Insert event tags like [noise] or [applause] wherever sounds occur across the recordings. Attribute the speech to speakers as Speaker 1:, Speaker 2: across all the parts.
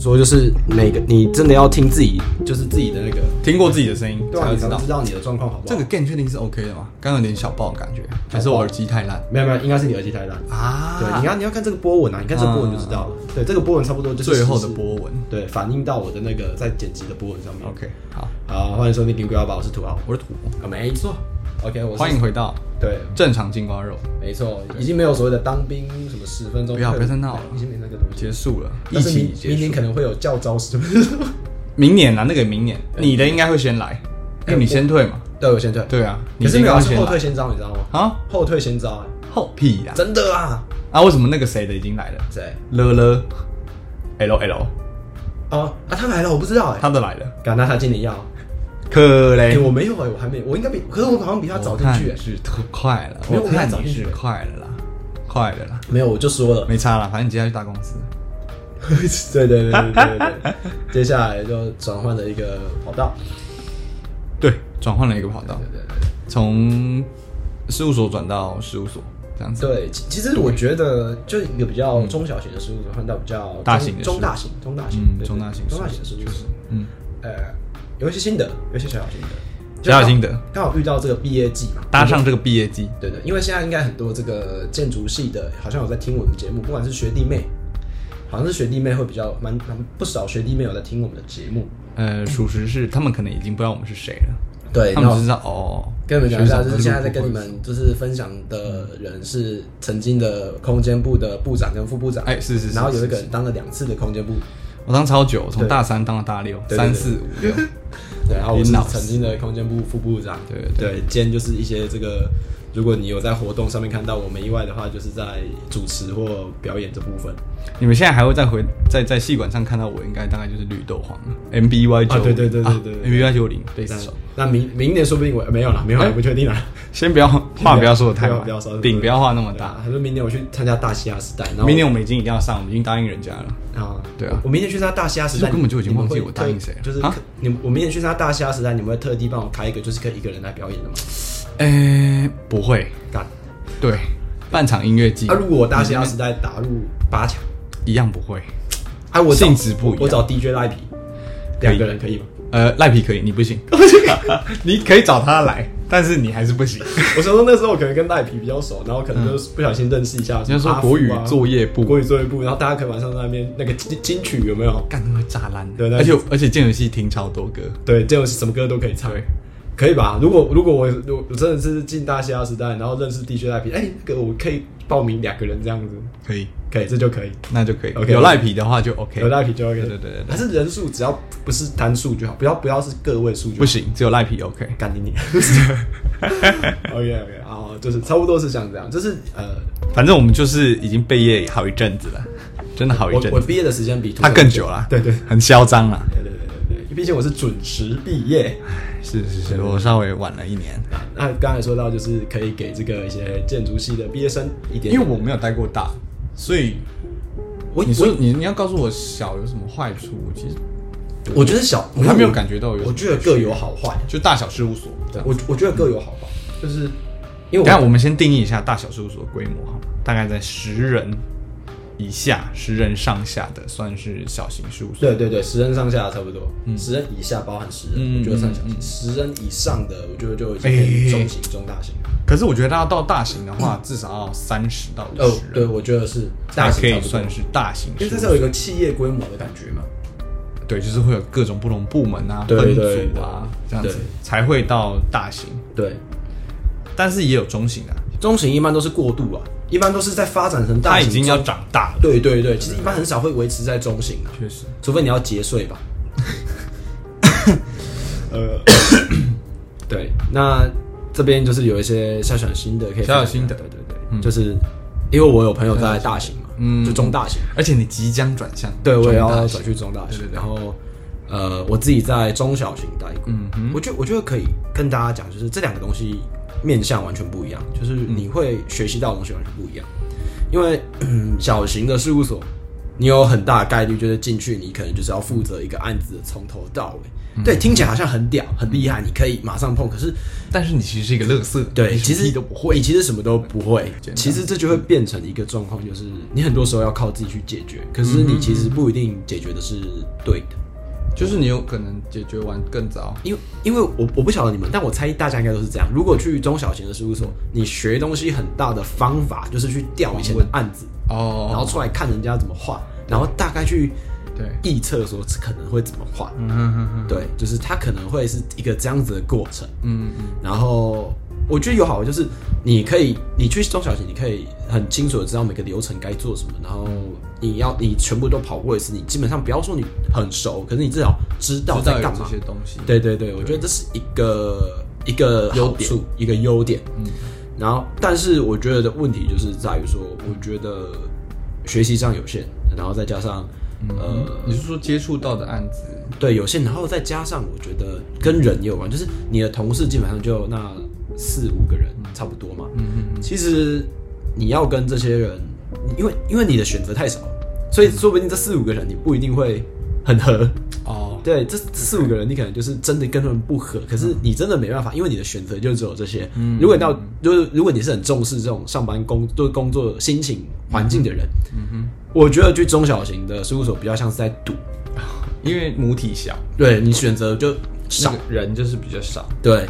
Speaker 1: 说就是每个你真的要听自己，就是自己的那个，
Speaker 2: 听过自己的声音
Speaker 1: 对啊，
Speaker 2: 才会
Speaker 1: 你
Speaker 2: 知
Speaker 1: 才
Speaker 2: 道
Speaker 1: 能知。道你的状况好不好。
Speaker 2: 这个 gain 确定是 OK 的吗？刚刚有点小爆的感觉，还是我耳机太烂
Speaker 1: 没有没有，应该是你耳机太烂。
Speaker 2: 啊？
Speaker 1: 对，你要你要看这个波纹啊，你看这个波纹就知道了。对，这个波纹差不多就是
Speaker 2: 最后的
Speaker 1: 实时，
Speaker 2: 波纹。
Speaker 1: 对，反映到我的那个在剪辑的波纹上面。
Speaker 2: OK，好，
Speaker 1: 好，欢迎收听《金龟吧，我是土豪。
Speaker 2: 我是土，
Speaker 1: 啊，没错，OK，我是
Speaker 2: 欢迎。回到
Speaker 1: 对，
Speaker 2: 正常金瓜肉，
Speaker 1: 没错，已经没有所谓的当兵什么十分钟，
Speaker 2: 不要不要再闹了
Speaker 1: 已经没那个东西。
Speaker 2: 结束了，一
Speaker 1: 但是
Speaker 2: 起
Speaker 1: 明
Speaker 2: 结
Speaker 1: 明年
Speaker 2: 束
Speaker 1: 可。能会有教招，是不是？
Speaker 2: 明年啊，那个明年，你的应该会先来，因为你先退嘛。
Speaker 1: 对，哎我先退。，
Speaker 2: 对啊，你
Speaker 1: 可是没
Speaker 2: 应该
Speaker 1: 有
Speaker 2: 会
Speaker 1: 是
Speaker 2: 先
Speaker 1: 后
Speaker 2: 来
Speaker 1: 退先招，你知道吗？
Speaker 2: 啊？
Speaker 1: 后退先招，
Speaker 2: 后屁呀！
Speaker 1: 真的啊！
Speaker 2: 啊，为什么那个谁的已经来了？
Speaker 1: 谁？
Speaker 2: 了了，L L，
Speaker 1: 哦啊，他来了，我不知道哎。
Speaker 2: 他的来了，
Speaker 1: 敢拿他今年要？
Speaker 2: 可
Speaker 1: 哎、
Speaker 2: 嘞。
Speaker 1: 我没有哎、我还没，我应该比，可是我好像比他早进去
Speaker 2: 我
Speaker 1: 哎、
Speaker 2: 看是特快了，
Speaker 1: 没有
Speaker 2: 我看
Speaker 1: 我看
Speaker 2: 你
Speaker 1: 你
Speaker 2: 是
Speaker 1: 是
Speaker 2: 快了啦，快了啦，
Speaker 1: 没有，我就说了，
Speaker 2: 没差啦，反正你接下去大公司。
Speaker 1: [laughs] 对对对对对对对，接下来就转换了一个跑道，
Speaker 2: 对，转换了一个跑道
Speaker 1: 对，对对
Speaker 2: 从事务所转到事务所，这样子。
Speaker 1: 对对，其其实我觉得就一个比较中小型的事务所换到比较中
Speaker 2: 大型的事务
Speaker 1: 中大型、中大型、
Speaker 2: 嗯
Speaker 1: 对对
Speaker 2: 中大型
Speaker 1: 中大型的事务所，
Speaker 2: 嗯，
Speaker 1: 呃，有一些心得，有一些小小心得，就
Speaker 2: 小小心得
Speaker 1: 刚好，刚好遇到这个毕业季嘛，
Speaker 2: 搭上这个毕业季，
Speaker 1: 对对，因为现在应该很多这个建筑系的，好像有在听我们节目，不管是学弟妹，好像是学弟妹会比较蛮蛮不少学弟妹有在听我们的节目。
Speaker 2: 呃，属实是他们可能已经不知道我们是谁了，
Speaker 1: 对，
Speaker 2: 他
Speaker 1: 然
Speaker 2: 们
Speaker 1: 后
Speaker 2: 只知道哦，
Speaker 1: 跟你们讲一下，就是现在在
Speaker 2: 学
Speaker 1: 跟
Speaker 2: 长
Speaker 1: 你
Speaker 2: 路
Speaker 1: 们就是分享的人是曾经的空间部的部长跟副部长，
Speaker 2: 哎是是是
Speaker 1: 然后有一
Speaker 2: 是
Speaker 1: 个人当了两次的空间部，
Speaker 2: 过，我当超久，从
Speaker 1: 对
Speaker 2: 大三当到大六，
Speaker 1: 对对
Speaker 2: 三
Speaker 1: 对
Speaker 2: 四五
Speaker 1: [laughs]
Speaker 2: 六，
Speaker 1: 对，然后我是
Speaker 2: 领导
Speaker 1: 曾经的空间部副部长，
Speaker 2: 对对
Speaker 1: 对兼就是一些这个，如果你有在活动上面看到我们意外的话，就是在主持或表演这部分。
Speaker 2: 你们现在还会再回在在戏馆上看到我，应该大概就是绿豆黄了，MBY 九
Speaker 1: 啊对对对对对对
Speaker 2: ，MBY 九零贝斯
Speaker 1: 那
Speaker 2: 手，
Speaker 1: 那明明年说不定我没有了，没有
Speaker 2: 哎
Speaker 1: 了，不确定了。
Speaker 2: 先不要话不要说的太
Speaker 1: 不要
Speaker 2: 满
Speaker 1: 不要说，
Speaker 2: 饼不要画那么大
Speaker 1: 对啊，他说明年我去参加大西亚时代，然后
Speaker 2: 明年我们已经一定要上，我们已经答应人家了。
Speaker 1: 啊，
Speaker 2: 对啊
Speaker 1: 我明年去参加大西亚时
Speaker 2: 其实
Speaker 1: 代，
Speaker 2: 我根本就已经
Speaker 1: 你们
Speaker 2: 忘记
Speaker 1: 会
Speaker 2: 我答应谁了
Speaker 1: 特就是
Speaker 2: 啊
Speaker 1: 可你们我明年去参加大西亚时代，你们会特地帮我开一个就是可以一个人来表演的吗？
Speaker 2: 诶、呃不会，
Speaker 1: 干，
Speaker 2: 对，半场音乐季、
Speaker 1: 啊，如果我大西亚时代打入八强，
Speaker 2: 一样不会。
Speaker 1: 啊，我找
Speaker 2: 性质不一样
Speaker 1: 我找 DJ 赖皮，
Speaker 2: 可
Speaker 1: 两
Speaker 2: 以
Speaker 1: 个人可以吗？ [laughs]
Speaker 2: 呃，赖皮可以，你不行， [laughs] 你可以找他来，但是你还是
Speaker 1: [laughs]
Speaker 2: 不行。
Speaker 1: 我想说那时候我可能跟赖皮比较熟，然后可能就是不小心认识一下什么
Speaker 2: 嗯你
Speaker 1: 阿
Speaker 2: 就
Speaker 1: 福
Speaker 2: 说
Speaker 1: 啊，
Speaker 2: 国语作业部
Speaker 1: 国语作业部，然后大家可以晚上在那边那个金金曲有没有？
Speaker 2: 干那会炸烂的，
Speaker 1: 对但
Speaker 2: 而且
Speaker 1: 是
Speaker 2: 而且建筑系听超多歌，
Speaker 1: 对，这种什么歌都可以唱
Speaker 2: 对，
Speaker 1: 可以吧？如果如果我我我真的是进大西亚时代，然后认识 DJ 赖皮，哎、那个我可以报名两个人这样子，
Speaker 2: 可以，
Speaker 1: 可以，这就可以。
Speaker 2: 那就可以。
Speaker 1: OK，
Speaker 2: 有
Speaker 1: OK
Speaker 2: 赖皮的话就 OK，
Speaker 1: 有赖皮就 OK，
Speaker 2: 对对对对对
Speaker 1: 还是人数只要不是单数就好，不要不要是个位数就好。
Speaker 2: 不，行，只有赖皮 OK。
Speaker 1: 干 [laughs] 你你。OK OK，好，就是差不多是像这样，就是呃，
Speaker 2: 反正我们就是已经毕业好一阵子了，真的好一
Speaker 1: 我
Speaker 2: 阵
Speaker 1: 我
Speaker 2: 子。
Speaker 1: 毕业的时间比图
Speaker 2: 他
Speaker 1: 生
Speaker 2: 更久了，
Speaker 1: 对对
Speaker 2: 很嚣张了。
Speaker 1: 对对对对对，毕竟我是准时毕业。
Speaker 2: 是是是，我稍微晚了一年，
Speaker 1: 那刚才说到，就是可以给这个一些建筑系的毕业生一点点，
Speaker 2: 因为我没有待过大，所以
Speaker 1: 我
Speaker 2: 你说
Speaker 1: 我
Speaker 2: 你你要告诉我小有什么坏处？我其实
Speaker 1: 我觉得小，
Speaker 2: 我还没有感觉到有什么
Speaker 1: 我觉得各有好坏，
Speaker 2: 就大小事务所。
Speaker 1: 对我我觉得各有好坏，就是因为
Speaker 2: 等一下
Speaker 1: 我
Speaker 2: 我们先定义一下大小事务所的规模好吗？大概在十人以下、十人上下的算是小型事务所。
Speaker 1: 对对对，十人上下差不多，十人以下包含十人，
Speaker 2: 嗯
Speaker 1: 我觉得算小
Speaker 2: 嗯
Speaker 1: 型；十人以上的，我觉得就已经
Speaker 2: 哎
Speaker 1: 偏中型、中大型了。
Speaker 2: 可是我觉得要到大型的话，至少要三十到五
Speaker 1: 哦
Speaker 2: 十，
Speaker 1: 对，
Speaker 2: 人，
Speaker 1: 我觉得是大
Speaker 2: 才哎
Speaker 1: 型差不
Speaker 2: 可以
Speaker 1: 多
Speaker 2: 算，是大型事
Speaker 1: 因为
Speaker 2: 务
Speaker 1: 这是
Speaker 2: 所。
Speaker 1: 有一个企业规模的感觉嘛。
Speaker 2: 对，就是会有各种不同部门啊、
Speaker 1: 对对
Speaker 2: 分组啊
Speaker 1: 对
Speaker 2: 这样子
Speaker 1: 对，
Speaker 2: 才会到大型。
Speaker 1: 对，
Speaker 2: 但是也有中型的啊，
Speaker 1: 中型一般都是过渡啊，一般都是在发展成大
Speaker 2: 他
Speaker 1: 型
Speaker 2: 已
Speaker 1: 中。
Speaker 2: 经要长大了。
Speaker 1: 对对对，其实一般很少会维持在中型啊，
Speaker 2: 确实，
Speaker 1: 除非你要节税
Speaker 2: [laughs]
Speaker 1: 吧。呃， [coughs] 对，那这边就是有一些小小心得可以分享
Speaker 2: 小小心得
Speaker 1: 对对对，就是因为我有朋友在大型嘛，
Speaker 2: 嗯
Speaker 1: 嗯，就中大型，
Speaker 2: 而且你即将转向中大
Speaker 1: 对
Speaker 2: 型，
Speaker 1: 我也要转去中大
Speaker 2: 对
Speaker 1: 型
Speaker 2: 对，对
Speaker 1: 然后呃，我自己在中小型待过，
Speaker 2: 嗯哼
Speaker 1: 我觉得我觉得可以跟大家讲，就是这两个东西面向完全不一样，[clears throat]
Speaker 2: 嗯
Speaker 1: 就是你会学习到的东西完全不一样，因为小型的事务所你有很大的概率就是进去，你可能就是要负责一个案子的从头到尾。
Speaker 2: 嗯
Speaker 1: 对，听起来好像很屌、很厉害，你可以马上碰。可是，
Speaker 2: 但是你其实是一个乐色，
Speaker 1: 对，
Speaker 2: 你什
Speaker 1: 其
Speaker 2: 么
Speaker 1: 实
Speaker 2: 屁都不会
Speaker 1: 你。其实什么都不会
Speaker 2: 简。单嗯
Speaker 1: 其实这就会变成一个状况，就是你很多时候要靠自己去解决，可是你其实不一定解决的是对的。
Speaker 2: 就是你有可能解决完更早，
Speaker 1: 因为因为我我不晓得你们，但我猜大家应该都是这样。如果去中小型的事务所，你学东西很大的方法就是去调以前的案子，
Speaker 2: 哦，
Speaker 1: 然后出来看人家怎么画，然后大概去
Speaker 2: 对，
Speaker 1: 臆测说可能会怎么画。
Speaker 2: 嗯哼哼哼，
Speaker 1: 对，就是它可能会是一个这样子的过程。
Speaker 2: 嗯嗯，
Speaker 1: 然后我觉得有好的就是你可以，你去中小型，你可以很清楚的知道每个流程该做什么，然后你要你全部都跑过一次，你基本上不要说你很熟，可是你至少知道
Speaker 2: 知道
Speaker 1: 在
Speaker 2: 有
Speaker 1: 干
Speaker 2: 这
Speaker 1: 嘛。
Speaker 2: 些东西，
Speaker 1: 对对对，我觉得这是一个一个
Speaker 2: 优
Speaker 1: 好
Speaker 2: 点
Speaker 1: 处，一个优点。
Speaker 2: 嗯
Speaker 1: 然后，但是我觉得的问题就是在于说，我觉得学习上有限，然后再加上呃，
Speaker 2: 你是说接触到的案子，
Speaker 1: 对有限，然后再加上我觉得跟人也有关，就是你的同事基本上就那四五个人差不多嘛。
Speaker 2: 嗯
Speaker 1: 其实你要跟这些人，因为因为你的选择太少，所以说不定这四五个人你不一定会很合。
Speaker 2: 嗯，哦，
Speaker 1: [laughs] 对，这这四五个人，你可能就是真的跟他们不合，可是你真的没办法，因为你的选择就只有这些。
Speaker 2: 嗯
Speaker 1: 如果你到就是如果你是很重视这种上班工就是工作心情环境的人，
Speaker 2: 嗯哼。
Speaker 1: 我觉得去中小型的事务所比较像是在赌，
Speaker 2: 因为母体小，
Speaker 1: 对你选择就少
Speaker 2: 那，个人就是比较少。
Speaker 1: 对。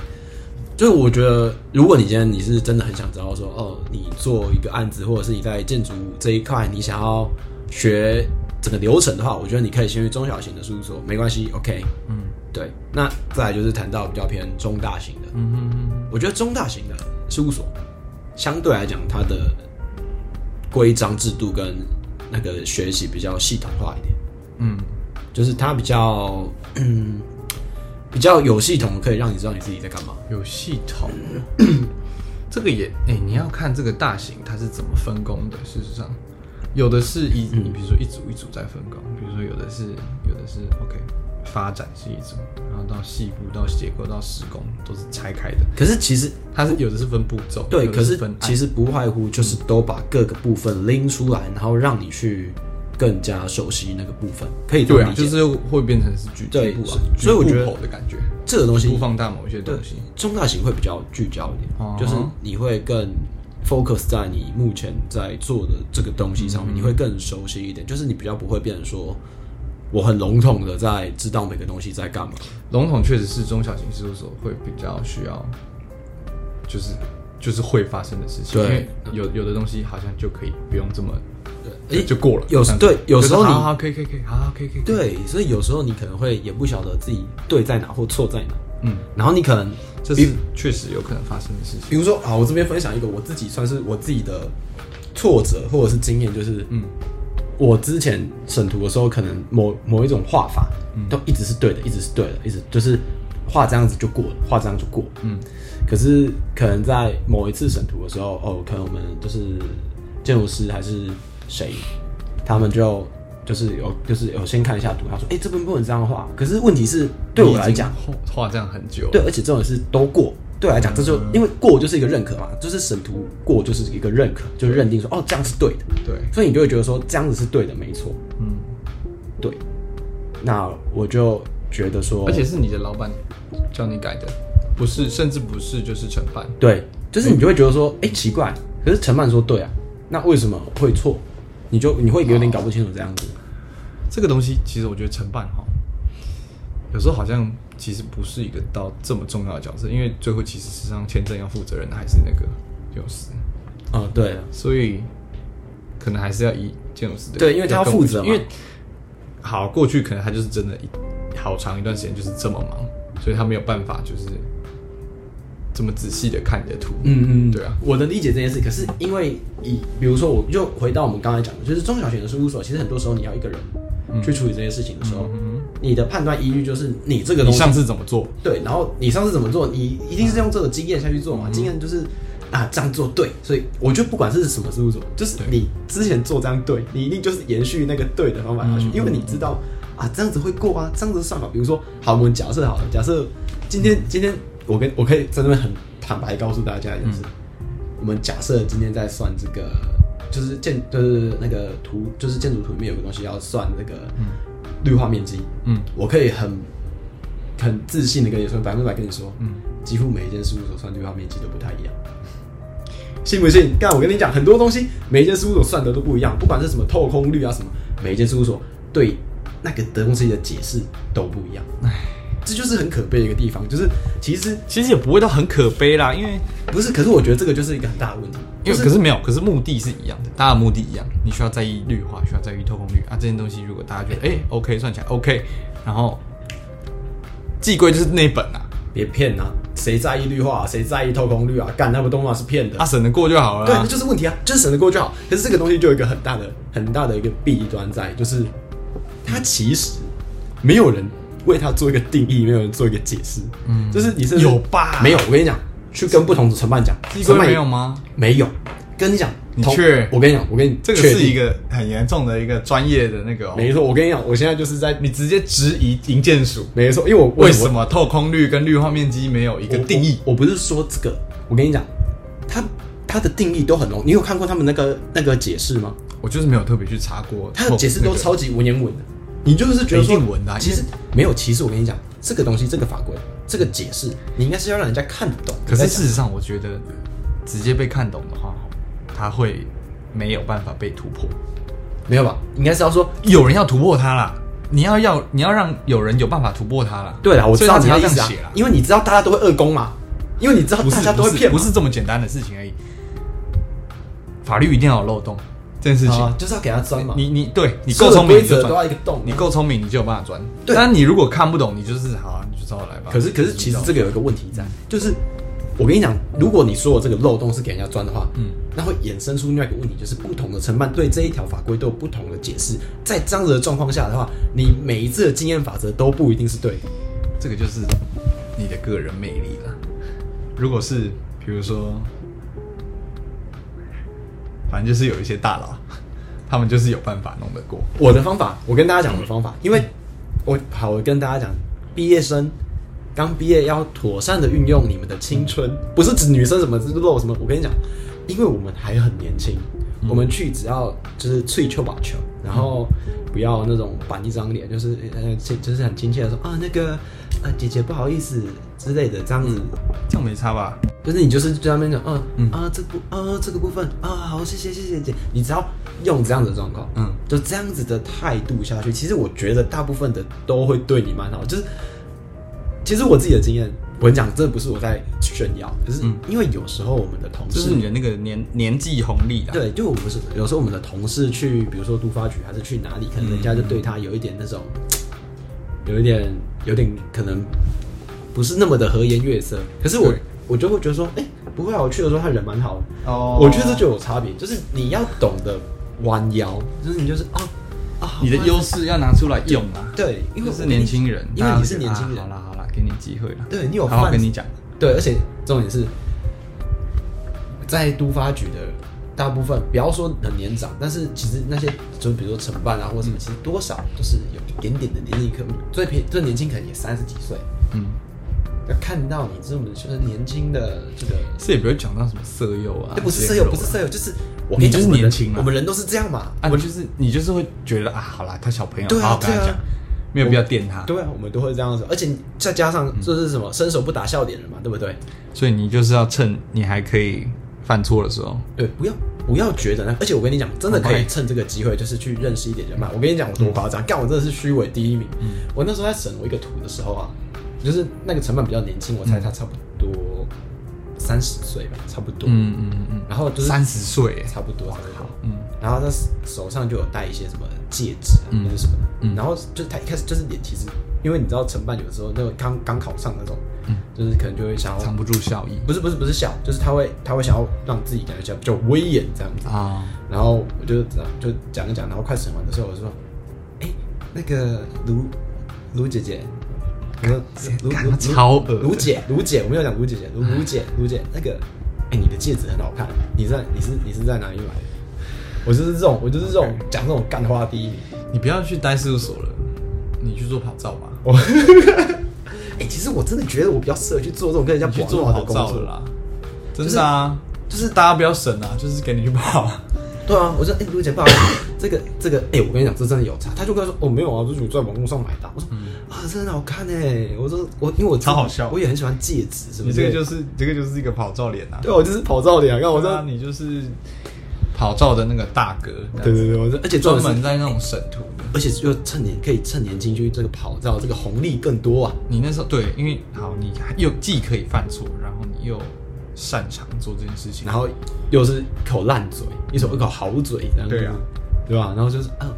Speaker 1: 就是我觉得，如果你今天你是真的很想知道说，哦，你做一个案子，或者是你在建筑这一块，你想要学整个流程的话，我觉得你可以先去中小型的事务所，没关系，OK。
Speaker 2: 嗯
Speaker 1: 对，那再来就是谈到比较偏中大型的，
Speaker 2: 嗯哼哼
Speaker 1: 我觉得中大型的事务所相对来讲，它的规章制度跟那个学习比较系统化一点，
Speaker 2: 嗯，
Speaker 1: 就是它比较嗯比较有系统，可以让你知道你自己在干嘛。
Speaker 2: 有系统。 [clears throat] 这个也，哎、你要看这个大型它是怎么分工的。事实上，有的是一，
Speaker 1: 嗯
Speaker 2: 你比如说一组一组在分工，比如说有的是有的是 OK，发展是一组，然后到细部到结构到施工都是拆开的。
Speaker 1: 可是其实
Speaker 2: 它是有的是分步骤，
Speaker 1: 对，
Speaker 2: 有的
Speaker 1: 可是
Speaker 2: 分
Speaker 1: 其实不外乎就是都把各个部分拎出来，然后让你去更加熟悉那个部分，可以这
Speaker 2: 对
Speaker 1: 么
Speaker 2: 啊，
Speaker 1: 理解。
Speaker 2: 就是会变成是局
Speaker 1: 对
Speaker 2: 局部啊，
Speaker 1: 所以我
Speaker 2: 局部
Speaker 1: 觉得
Speaker 2: 口的感觉，
Speaker 1: 这个东西
Speaker 2: 不放大某一些东西。
Speaker 1: 中大型会比较聚焦一点，
Speaker 2: 哦
Speaker 1: 就是你会更 focus 在你目前在做的这个东西上
Speaker 2: 嗯
Speaker 1: 面，你会更熟悉一点，就是你比较不会变成说我很笼统的在知道每个东西在干嘛。
Speaker 2: 笼统确实是中小型事务所会比较需要，就是就是会发生的事情，因
Speaker 1: 对
Speaker 2: 为有有的东西好像就可以不用这么，呃
Speaker 1: 诶
Speaker 2: 就就过了。
Speaker 1: 有
Speaker 2: 这样子
Speaker 1: 对有时候
Speaker 2: 就是
Speaker 1: 你
Speaker 2: 好好可以可以可以，好好可以可以，可以，
Speaker 1: 对，所以有时候你可能会也不晓得自己对在哪或错在哪，
Speaker 2: 嗯，
Speaker 1: 然后你可能
Speaker 2: 这是确实有可能发生的事情。
Speaker 1: 比如说啊，我这边分享一个我自己算是我自己的挫折或者是经验，就是
Speaker 2: 嗯
Speaker 1: 我之前审图的时候，可能某某一种画法
Speaker 2: 嗯
Speaker 1: 都一直是对的，一直是对的，一直就是画这样子就过了，画这样就过了。
Speaker 2: 嗯
Speaker 1: 可是可能在某一次审图的时候，哦，可能我们就是建筑师还是谁，他们就就是有就是有先看一下图，他说，哎、这边不能这样画。可是问题是，对我来讲，
Speaker 2: 你已经画画这样很久，
Speaker 1: 对，，而且这种是都过。对我来讲，这
Speaker 2: 嗯
Speaker 1: 就因为过就是一个认可嘛，就是审图过就是一个认可，就认定说哦这样是对的，
Speaker 2: 对，
Speaker 1: 所以你就会觉得说这样子是对的，没错。
Speaker 2: 嗯，
Speaker 1: 对，那我就觉得说，
Speaker 2: 而且是你的老板叫你改的，不是，甚至不是就是承办，
Speaker 1: 对，就是你就会觉得说，哎、奇怪，可是陈曼说对啊，那为什么会错？你就你会有点搞不清楚这样子。
Speaker 2: 这个东西其实我觉得承办哈，有时候好像其实不是一个到这么重要的角色，因为最后其实实际上签证要负责任的还是那个建筑师，
Speaker 1: 嗯，对了，
Speaker 2: 所以可能还是要以建筑师的
Speaker 1: 对因为他要负责嘛
Speaker 2: 因为好过去可能他就是真的一好长一段时间就是这么忙，所以他没有办法就是这么仔细的看你的图，
Speaker 1: 嗯嗯，
Speaker 2: 对啊，
Speaker 1: 我能理解这件事，可是因为以比如说，我就回到我们刚才讲的，就是中小型的事务所，其实很多时候你要一个人去处理这些事情的时候，你的判断依据就是你这个
Speaker 2: 你
Speaker 1: 东西
Speaker 2: 上次怎么做？
Speaker 1: 对，然后你上次怎么做，你一定是用这个经验下去做
Speaker 2: 嗯
Speaker 1: 嘛？经验就是啊，这样做对，所以我觉得不管是什么事务所，就是
Speaker 2: 对
Speaker 1: 你之前做这样对，你一定就是延续那个对的方法下去，
Speaker 2: 嗯
Speaker 1: 因为你知道啊，这样子会过啊，这样子算好。比如说，好，我们假设好了，假设今
Speaker 2: 嗯
Speaker 1: 天今天我跟我
Speaker 2: 嗯
Speaker 1: 可以在那边很坦白告诉大家一件事，我们假设今天在算这个就是建就是那个图就是建筑图里面有个东西要算那个绿化面积，
Speaker 2: 嗯，
Speaker 1: 我可以很很自信的跟你说，百分之百跟你说，
Speaker 2: 嗯，
Speaker 1: 几乎每一间事务所算绿化面积都不太一样。信不信？但我跟你讲，很多东西每一间事务所算的都不一样，不管是什么透空率啊什么，每一间事务所对那个东西的解释都不一样。这就是很可悲的一个地方，就是其实
Speaker 2: 其实也不会到很可悲啦，因为
Speaker 1: 不是，可是我觉得这个就是一个很大的问题，
Speaker 2: 因
Speaker 1: 就
Speaker 2: 为
Speaker 1: 是
Speaker 2: 可是没有，可是目的是一样的，大家的目的一样，你需要在意绿化，需要在意透空率啊，这件东西如果大家觉得哎、OK 算起来 OK，然后寄归就是那本啊，
Speaker 1: 别骗啊，谁在意绿化、啊，谁在意透空率啊？干，他们都嘛是骗的
Speaker 2: 啊，审得过就好了
Speaker 1: 对，
Speaker 2: 啦
Speaker 1: 那。就是问题啊，就是省得过就好。可是这个东西就有一个很大的、很大的一个弊端在，就是它其实没有人为它做一个定义，没有人做一个解释。嗯，就是你是
Speaker 2: 有吧
Speaker 1: 没有，我跟你讲，去跟不同的承办讲，
Speaker 2: 寄
Speaker 1: 承
Speaker 2: 归
Speaker 1: 办
Speaker 2: 没有？吗？
Speaker 1: 没有，跟你讲，
Speaker 2: 你
Speaker 1: 同
Speaker 2: 确
Speaker 1: 我跟你讲，我跟你
Speaker 2: 这个
Speaker 1: 确
Speaker 2: 是
Speaker 1: 定
Speaker 2: 一个很严重的一个专业的那个、哦，
Speaker 1: 没错，我跟你讲，我现在就是在
Speaker 2: 你直接质疑营建署
Speaker 1: 没错，因为我
Speaker 2: 为什么透空率跟绿化面积没有一个定义？
Speaker 1: 我我不是说这个，我跟你讲，它它的定义都很笼。你有看过他们那个那个解释吗？
Speaker 2: 我就是没有特别去查过，
Speaker 1: 它的解释
Speaker 2: 哦那
Speaker 1: 都
Speaker 2: 个
Speaker 1: 超级文言文的，你就是觉得
Speaker 2: 一
Speaker 1: 说
Speaker 2: 定文的啊
Speaker 1: 其实没有，其实我跟你讲，这个东西，这个法规，这个解释，你应该是要让人家看得懂。
Speaker 2: 可
Speaker 1: 你
Speaker 2: 是
Speaker 1: 在讲
Speaker 2: 事实上，我觉得直接被看懂的话，它会没有办法被突破。
Speaker 1: 没有吧？应该是要说，
Speaker 2: 有人要突破它啦，你要要你要让有人有办法突破它啦。
Speaker 1: 对啦，我知道你
Speaker 2: 所以
Speaker 1: 的意
Speaker 2: 他才要这
Speaker 1: 思
Speaker 2: 样
Speaker 1: 啊
Speaker 2: 写啦，，
Speaker 1: 因为你知道大家都会二攻嘛，因为你知道
Speaker 2: 不是
Speaker 1: 大家都会
Speaker 2: 不是
Speaker 1: 骗嘛，
Speaker 2: 不是这么简单的事情而已。法律一定要有漏洞，这件事情。
Speaker 1: 啊，就是要给他钻嘛。
Speaker 2: 你你对你
Speaker 1: 所
Speaker 2: 够
Speaker 1: 有的
Speaker 2: 聪明，
Speaker 1: 规
Speaker 2: 你就
Speaker 1: 则都要
Speaker 2: 钻
Speaker 1: 一个洞啊
Speaker 2: 你够聪明，你就有办法钻。
Speaker 1: 对
Speaker 2: 但你如果看不懂，你就是好啊，你就照我来吧。
Speaker 1: 可是可是其实这个有一个问题在，就是我跟你讲，如果你说我这个漏洞是给人家钻的话，嗯，那会衍生出另外一个问题，就是不同的承办对这一条法规都有不同的解释。在这样子的状况下的话，你每一次的经验法则都不一定是对的。
Speaker 2: 这个就是你的个人魅力了。如果是比如说，反正就是有一些大佬， [laughs] 他们就是有办法弄得过。
Speaker 1: 我的方法，我跟大家讲我的方法，因为我好，我跟大家讲，毕业生刚毕业要妥善的运用你们的青春，不是指女生什么之露什么，我跟你讲，因为我们还很年轻，我们去只要就是吹球把球，然后不要那种板一张脸，就是呃，亲就是很亲切的说啊那个啊姐姐不好意思之类的这样子，
Speaker 2: 这样没差吧？
Speaker 1: 就是你就是在那边讲，嗯、
Speaker 2: 嗯
Speaker 1: 啊，这部啊这个部分啊，好，谢谢谢谢姐，你只要用这样子的状况，
Speaker 2: 嗯，
Speaker 1: 就这样子的态度下去，其实我觉得大部分的都会对你蛮好，就是其实我自己的经验，我讲这不是我在炫耀，可是因为有时候我们的同
Speaker 2: 这
Speaker 1: 事
Speaker 2: 嗯是你的那个年年纪红利啦。，
Speaker 1: 对，就我不是有时候我们的同事去，比如说都发局还是去哪里，可能人家就对他有一点那种，有一点有点可能不是那么的和颜悦色。可是我
Speaker 2: 对
Speaker 1: 我就会觉得说，哎、不会啊，我去的时候他人蛮好的。
Speaker 2: 哦
Speaker 1: 我觉得这就有差别，就是你要懂得弯腰，就是你就是啊啊，好
Speaker 2: 你的
Speaker 1: 吧
Speaker 2: 优势要拿出来用啊。
Speaker 1: 对，因为
Speaker 2: 就是
Speaker 1: 我跟你
Speaker 2: 年轻人，
Speaker 1: 因为
Speaker 2: 大家
Speaker 1: 你
Speaker 2: 会
Speaker 1: 是
Speaker 2: 觉得
Speaker 1: 年轻人
Speaker 2: 啊好，啦好啦，给你机会了。
Speaker 1: 对你有
Speaker 2: 好好
Speaker 1: 饭
Speaker 2: 跟你讲。
Speaker 1: 对，而且重点是，在都发局的大部分，不要说很年长，但是其实那些就比如说承办啊或
Speaker 2: 嗯
Speaker 1: 什么，其实多少就是有一点点的年龄，可能最便最年轻可能也三十几岁。
Speaker 2: 嗯，
Speaker 1: 要看到你这么就是年轻的这个，
Speaker 2: 这也不会讲到什么色诱啊，
Speaker 1: 哎，不是
Speaker 2: 这
Speaker 1: 色
Speaker 2: 些
Speaker 1: 诱，
Speaker 2: 肉啊
Speaker 1: 不是色诱，就是我跟
Speaker 2: 你就是
Speaker 1: 讲我们人
Speaker 2: 年轻嘛
Speaker 1: 我们人都是这样嘛。
Speaker 2: 啊，就是你就是会觉得啊，好啦，他小朋友，
Speaker 1: 对啊
Speaker 2: 好好跟他
Speaker 1: 对
Speaker 2: 讲
Speaker 1: 啊，
Speaker 2: 没有必要电他。
Speaker 1: 对啊，我们都会这样子，而且再加上
Speaker 2: 嗯
Speaker 1: 这是什么伸手不打笑脸人嘛，对不对？
Speaker 2: 所以你就是要趁你还可以犯错的时候，
Speaker 1: 对，呃不要不要觉得那，而且我跟你讲，真的可以
Speaker 2: OK
Speaker 1: 趁这个机会，就是去认识一点人脉。我跟你讲，我多
Speaker 2: 嗯
Speaker 1: 夸张，干、我真的是虚伪第一名。我那时候在审我一个图的时候啊，就是那个成本比较年轻，我猜他差不多三十岁吧，差不多。
Speaker 2: 嗯嗯嗯
Speaker 1: 然后就
Speaker 2: 嗯，
Speaker 1: 是
Speaker 2: 三十岁，
Speaker 1: 差不多，差不多。
Speaker 2: 嗯，
Speaker 1: 然后他手上就有戴一些什么戒指啊，或者什么的。
Speaker 2: 嗯
Speaker 1: 然后就他一开始就是脸，其实因为你知道承办有时候那个刚刚考上那种，
Speaker 2: 嗯
Speaker 1: 就是可能就会想要
Speaker 2: 藏不住笑意
Speaker 1: 不是不是不是笑，就是他会他会想要让自己感觉起来比较威严这样子。
Speaker 2: 啊，
Speaker 1: 然后我就就讲一讲，然后快审完的时候，我就说，哎、那个卢卢姐姐，我说卢
Speaker 2: 干
Speaker 1: 卢
Speaker 2: 他超恶的
Speaker 1: 卢姐卢姐，我没有讲卢姐姐，卢卢姐卢姐，那个，哎、你的戒指很好看，你在你是你是在哪里买的？我就是这种，我就是这种讲这种干话第一名。
Speaker 2: 你不要去待事务所了，你去做跑照吧，
Speaker 1: 哎、其实我真的觉得我比较适合去做这种跟人
Speaker 2: 你
Speaker 1: 家
Speaker 2: 去做
Speaker 1: 跑
Speaker 2: 跑
Speaker 1: 的工
Speaker 2: 照
Speaker 1: 作
Speaker 2: 了啦，真的啊，就是大家不要省啊，就是给你去跑，
Speaker 1: 对啊，我说哎，卢姐不好意思， [coughs] 这个这个，哎、我跟你讲，这真的有差。他就跟他说，哦，没有啊，这是我在网络上买的啊。我说、啊，真的很好看哎。我说我因为我
Speaker 2: 嗯超好笑
Speaker 1: 我也很喜欢戒指什么
Speaker 2: 你
Speaker 1: 之
Speaker 2: 这
Speaker 1: 类的。
Speaker 2: 个就是你这个就是一个跑照脸啊，
Speaker 1: 对，我就是跑照脸啊。看我
Speaker 2: 对
Speaker 1: 说，
Speaker 2: 啊，你就是跑照的那个大哥，
Speaker 1: 对对对，我说，而且专
Speaker 2: 专
Speaker 1: 门
Speaker 2: 门在那种省图的。
Speaker 1: 而且就趁年可以趁年轻去这个跑照，这个红利更多啊。
Speaker 2: 你那时候对，因为好，你又既可以犯错，然后你又擅长做这件事情，
Speaker 1: 然后又是一口烂嘴，一手一口好嘴，这样子
Speaker 2: 对啊，
Speaker 1: 对吧？然后就是啊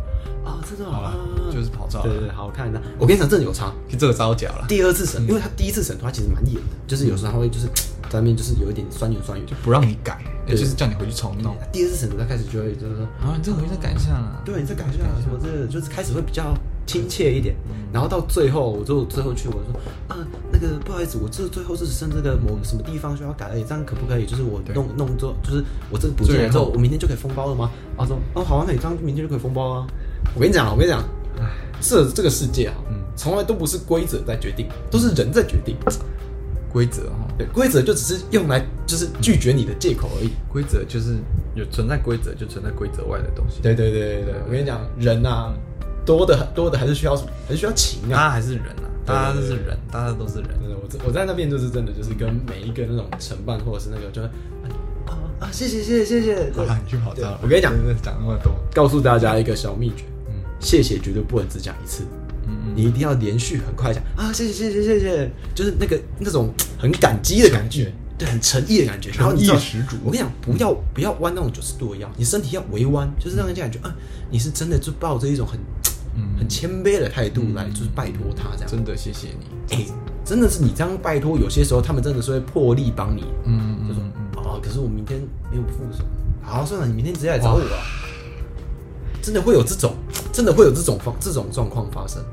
Speaker 1: 啊，真的
Speaker 2: 好了
Speaker 1: 啊，，
Speaker 2: 就是跑照
Speaker 1: 对
Speaker 2: 了，
Speaker 1: 对对，好看的。我跟你讲，真的有差。
Speaker 2: 就这个招脚了，
Speaker 1: 第二次审，因为他第一次审他其实蛮严的，就是有时候他会就是在那边就是有一点酸言酸语，就
Speaker 2: 不让你改，
Speaker 1: 对哦
Speaker 2: 就是叫你回去重弄。
Speaker 1: 第二次审他开始就会就是说，
Speaker 2: 然后你这个回去再改一下啦。
Speaker 1: 对，你再改啊一下什么之类的，就是开始会比较亲切一点。然后到最后，我就最后去我就说，啊，那个不好意思，我这最后是剩这个某什么地方需要改而已，这样可不可以？就是我
Speaker 2: 对
Speaker 1: 弄弄之后，就是我这个补进来之
Speaker 2: 最
Speaker 1: 后，
Speaker 2: 后
Speaker 1: 我明天就可以封包了吗？他说，哦，好啊，那你这样明天就可以封包啊。我跟你讲啊，我跟你讲，这这个世界啊，
Speaker 2: 嗯
Speaker 1: 从来都不是规则在决定，都是人在决定。
Speaker 2: 规则哈，
Speaker 1: 对，规则就只是用来就是拒绝你的借口而已。
Speaker 2: 规则就是有存在规则，就存在规则外的东西。
Speaker 1: 对对对对对，我跟你讲，人啊，多的多的还是需要什么还是需要情啊
Speaker 2: 大。家还是人啊，
Speaker 1: 对对对
Speaker 2: 大家都是人，大家都是人。
Speaker 1: 真的，我在我在那边就是真的就是跟每一个那种承办或者是那个就是啊啊，谢谢谢谢谢谢。
Speaker 2: 好了，你去跑照
Speaker 1: 对
Speaker 2: 了。
Speaker 1: 我跟你讲，
Speaker 2: 真的讲那么多，
Speaker 1: 告诉大家一个小秘诀，
Speaker 2: 嗯
Speaker 1: 谢谢绝对不能只讲一次，
Speaker 2: 嗯
Speaker 1: 你一定要连续很快讲啊，谢谢谢谢谢谢，就是那个那种很感激的感觉
Speaker 2: 诚意，
Speaker 1: 对，很诚意的感觉，然后你
Speaker 2: 诚意
Speaker 1: 知道
Speaker 2: 十足
Speaker 1: 我跟你讲，不要不要弯那种九十度的腰，你身体要微弯，就是让人家感觉啊，你是真的就抱着一种很
Speaker 2: 嗯
Speaker 1: 很谦卑的态度来，
Speaker 2: 嗯
Speaker 1: 就是拜托他这样。
Speaker 2: 真的谢谢你。
Speaker 1: 哎、真的是你这样拜托，有些时候他们真的是会破例帮你，
Speaker 2: 嗯
Speaker 1: 就
Speaker 2: 嗯
Speaker 1: 说
Speaker 2: 嗯嗯，
Speaker 1: 哦，可是我明天没有付什么，好，算了，你明天直接来找我啊。真的会有这种，真的会有这种方这种状况发生。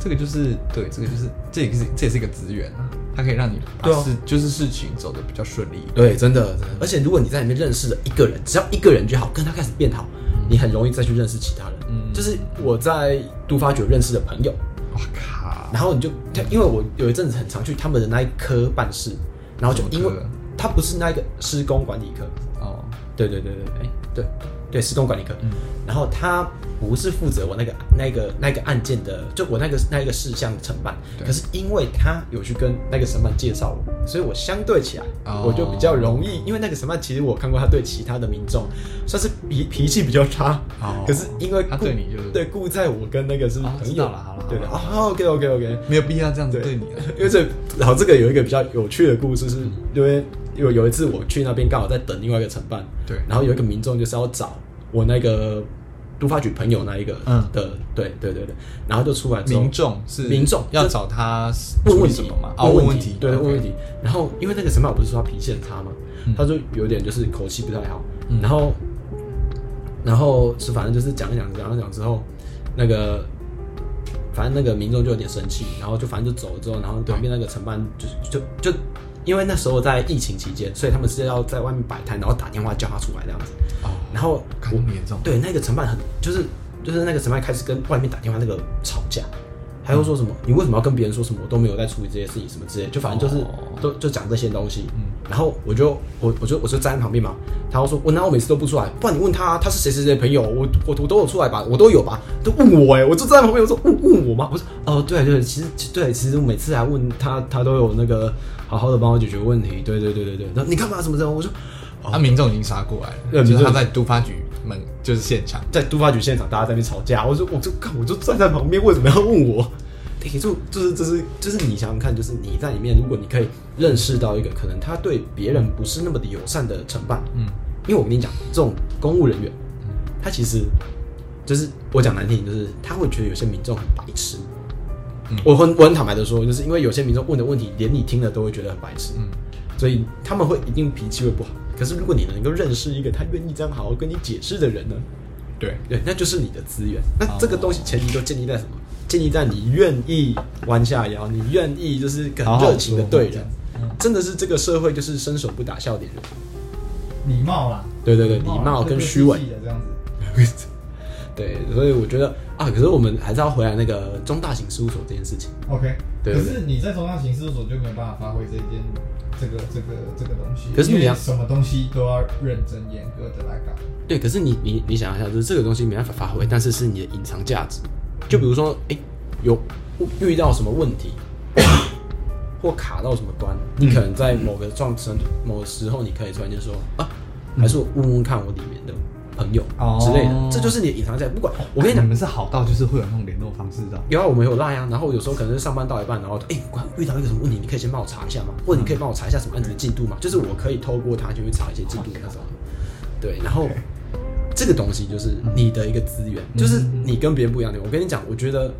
Speaker 2: 这个就是对，这个就是这也是这也是一个资源啊，它可以让你把
Speaker 1: 对啊
Speaker 2: 事就是事情走得比较顺利一点。
Speaker 1: 对，真的，真的。而且如果你在里面认识了一个人，只要一个人就好，跟他开始变好，你很容易再去认识其他人。
Speaker 2: 嗯
Speaker 1: 就是我在读发觉认识的朋友，
Speaker 2: 我靠，
Speaker 1: 然后你就，他因为我有一阵子很常去他们的那一科办事，然后就因为
Speaker 2: 什么科
Speaker 1: 他不是那一个施工管理科，
Speaker 2: 哦，
Speaker 1: 对对对对，哎、对对，施工管理科。
Speaker 2: 嗯
Speaker 1: 然后他不是负责我那个那个那个案件的，就我那个那一个事项的承办。
Speaker 2: 对
Speaker 1: 可是因为他有去跟那个审判介绍我，所以我相对起来、
Speaker 2: 哦
Speaker 1: 我就比较容易，因为那个审判其实我看过他对其他的民众算是脾脾气比较差。
Speaker 2: 哦
Speaker 1: 可是因为
Speaker 2: 他
Speaker 1: 顾
Speaker 2: 对你就是
Speaker 1: 对顾在我跟那个是
Speaker 2: 哦
Speaker 1: 朋
Speaker 2: 知
Speaker 1: 友
Speaker 2: 道了好了
Speaker 1: 对的。
Speaker 2: 好了
Speaker 1: 哦，OK OK OK。
Speaker 2: 没有必要这样子对你啊嗯了。
Speaker 1: 因为这然后这个有一个比较有趣的故事是，因为有有一次我去那边刚好在等另外一个承办，
Speaker 2: 对
Speaker 1: 然后有一个民众就是要找我那个都发局朋友那一个
Speaker 2: 嗯
Speaker 1: 的，对对对对，然后就出来之后
Speaker 2: 民众是
Speaker 1: 民众
Speaker 2: 要找他
Speaker 1: 问问
Speaker 2: 处理
Speaker 1: 题
Speaker 2: 什么嘛？哦，
Speaker 1: 问
Speaker 2: 问
Speaker 1: 问
Speaker 2: 题，
Speaker 1: 对
Speaker 2: OK
Speaker 1: 问问题，。然后因为那个审判我不是说他脾气很差嘛，
Speaker 2: 嗯
Speaker 1: 他就有点就是口气不太好
Speaker 2: 嗯，
Speaker 1: 然后然后是反正就是讲一讲讲一讲之后，那个反正那个民众就有点生气，然后就反正就走了之后，然后旁边那个承办就是就就因为那时候在疫情期间，所以他们是要在外面摆摊，然后打电话叫他出来这样子。
Speaker 2: 哦，
Speaker 1: 然后
Speaker 2: 看
Speaker 1: 我
Speaker 2: 那么严重，
Speaker 1: 对那个承办很就是就是那个承办开始跟外面打电话那个吵架，还会说什么、
Speaker 2: 嗯
Speaker 1: 你为什么要跟别人说什么我都没有在处理这些事情什么之类的，就反正就是、
Speaker 2: 哦
Speaker 1: 都就讲这些东西。
Speaker 2: 嗯
Speaker 1: 然后我就我我就我就站在旁边嘛，他就说我那我每次都不出来，不然你问他他是谁谁谁的朋友，我我我都有出来吧，我都有吧，都问我哎、我就站在旁边我说问问我吗？我说哦对对，其实对其实我每次来问他他都有那个好好的帮我解决问题，对对对对对，然后你干嘛什么什么，我说哦
Speaker 2: 他啊民众已经杀过来
Speaker 1: 对
Speaker 2: 了，就
Speaker 1: 民
Speaker 2: 是
Speaker 1: 众
Speaker 2: 他在都发局门就是现场，
Speaker 1: 在都发局现场，大家在那边吵架，我说我就看我就站在旁边，为什么要问我？ [laughs] 对，就就是就是就是你想想看，就是你在里面，如果你可以认识到一个可能他对别人不是那么的友善的承办，
Speaker 2: 嗯，
Speaker 1: 因为我跟你讲，这种公务人员，他其实就是我讲难听，就是他会觉得有些民众很白痴。
Speaker 2: 嗯
Speaker 1: 我很我很坦白的说，就是因为有些民众问的问题，连你听了都会觉得很白痴，
Speaker 2: 嗯
Speaker 1: 所以他们会一定脾气会不好。可是如果你能够认识一个他愿意这样好好跟你解释的人呢，
Speaker 2: 对，
Speaker 1: 对，那就是你的资源。那
Speaker 2: 哦
Speaker 1: 这个东西前提都建立在什么？建立在你愿意弯下腰，你愿意就是很
Speaker 2: 好好
Speaker 1: 热情的
Speaker 2: 说
Speaker 1: 对人
Speaker 2: 这样，嗯
Speaker 1: 真的是这个社会就是伸手不打笑脸人。
Speaker 3: 礼貌啦，
Speaker 1: 对对对，礼貌跟虚
Speaker 3: 客
Speaker 1: 伪 [laughs]
Speaker 3: 客气气，的这样子，
Speaker 1: 对，所以我觉得啊，啊，可是我们还是要回来那个中大型事务所这件事情。
Speaker 4: OK，
Speaker 1: 对
Speaker 4: 可
Speaker 1: 对
Speaker 4: 是你在中大型事务所就没有办法发挥这件这个这个这个东西，
Speaker 1: 可是你
Speaker 4: 因为
Speaker 1: 要
Speaker 4: 什么东西都要认真严格的来搞。
Speaker 1: 对，可是你你你想一下，就是这个东西没办法发挥，但是是你的隐藏价值。就比如说，哎、有遇到什么问题，或卡到什么关，你可能在某个状程度、某个时候，你可以突然间说啊，还是我问问看我里面的朋友
Speaker 4: 哦
Speaker 1: 之类的，这就是你的隐藏价值。不管我跟你
Speaker 2: 你
Speaker 1: 讲，
Speaker 2: 们是好到就是会有那种联络方式的哦。
Speaker 1: 有啊，我们有那样，然后有时候可能是上班到一半，然后哎，管、遇到一个什么问题，你可以先帮我查一下嘛，或者你可以帮我查一下什么案子的进度嘛，就是我可以透过它就去查一些进度那种。对，然后这个东西就是你的一个资源，就是你跟别人不一样的。我跟你讲，我觉得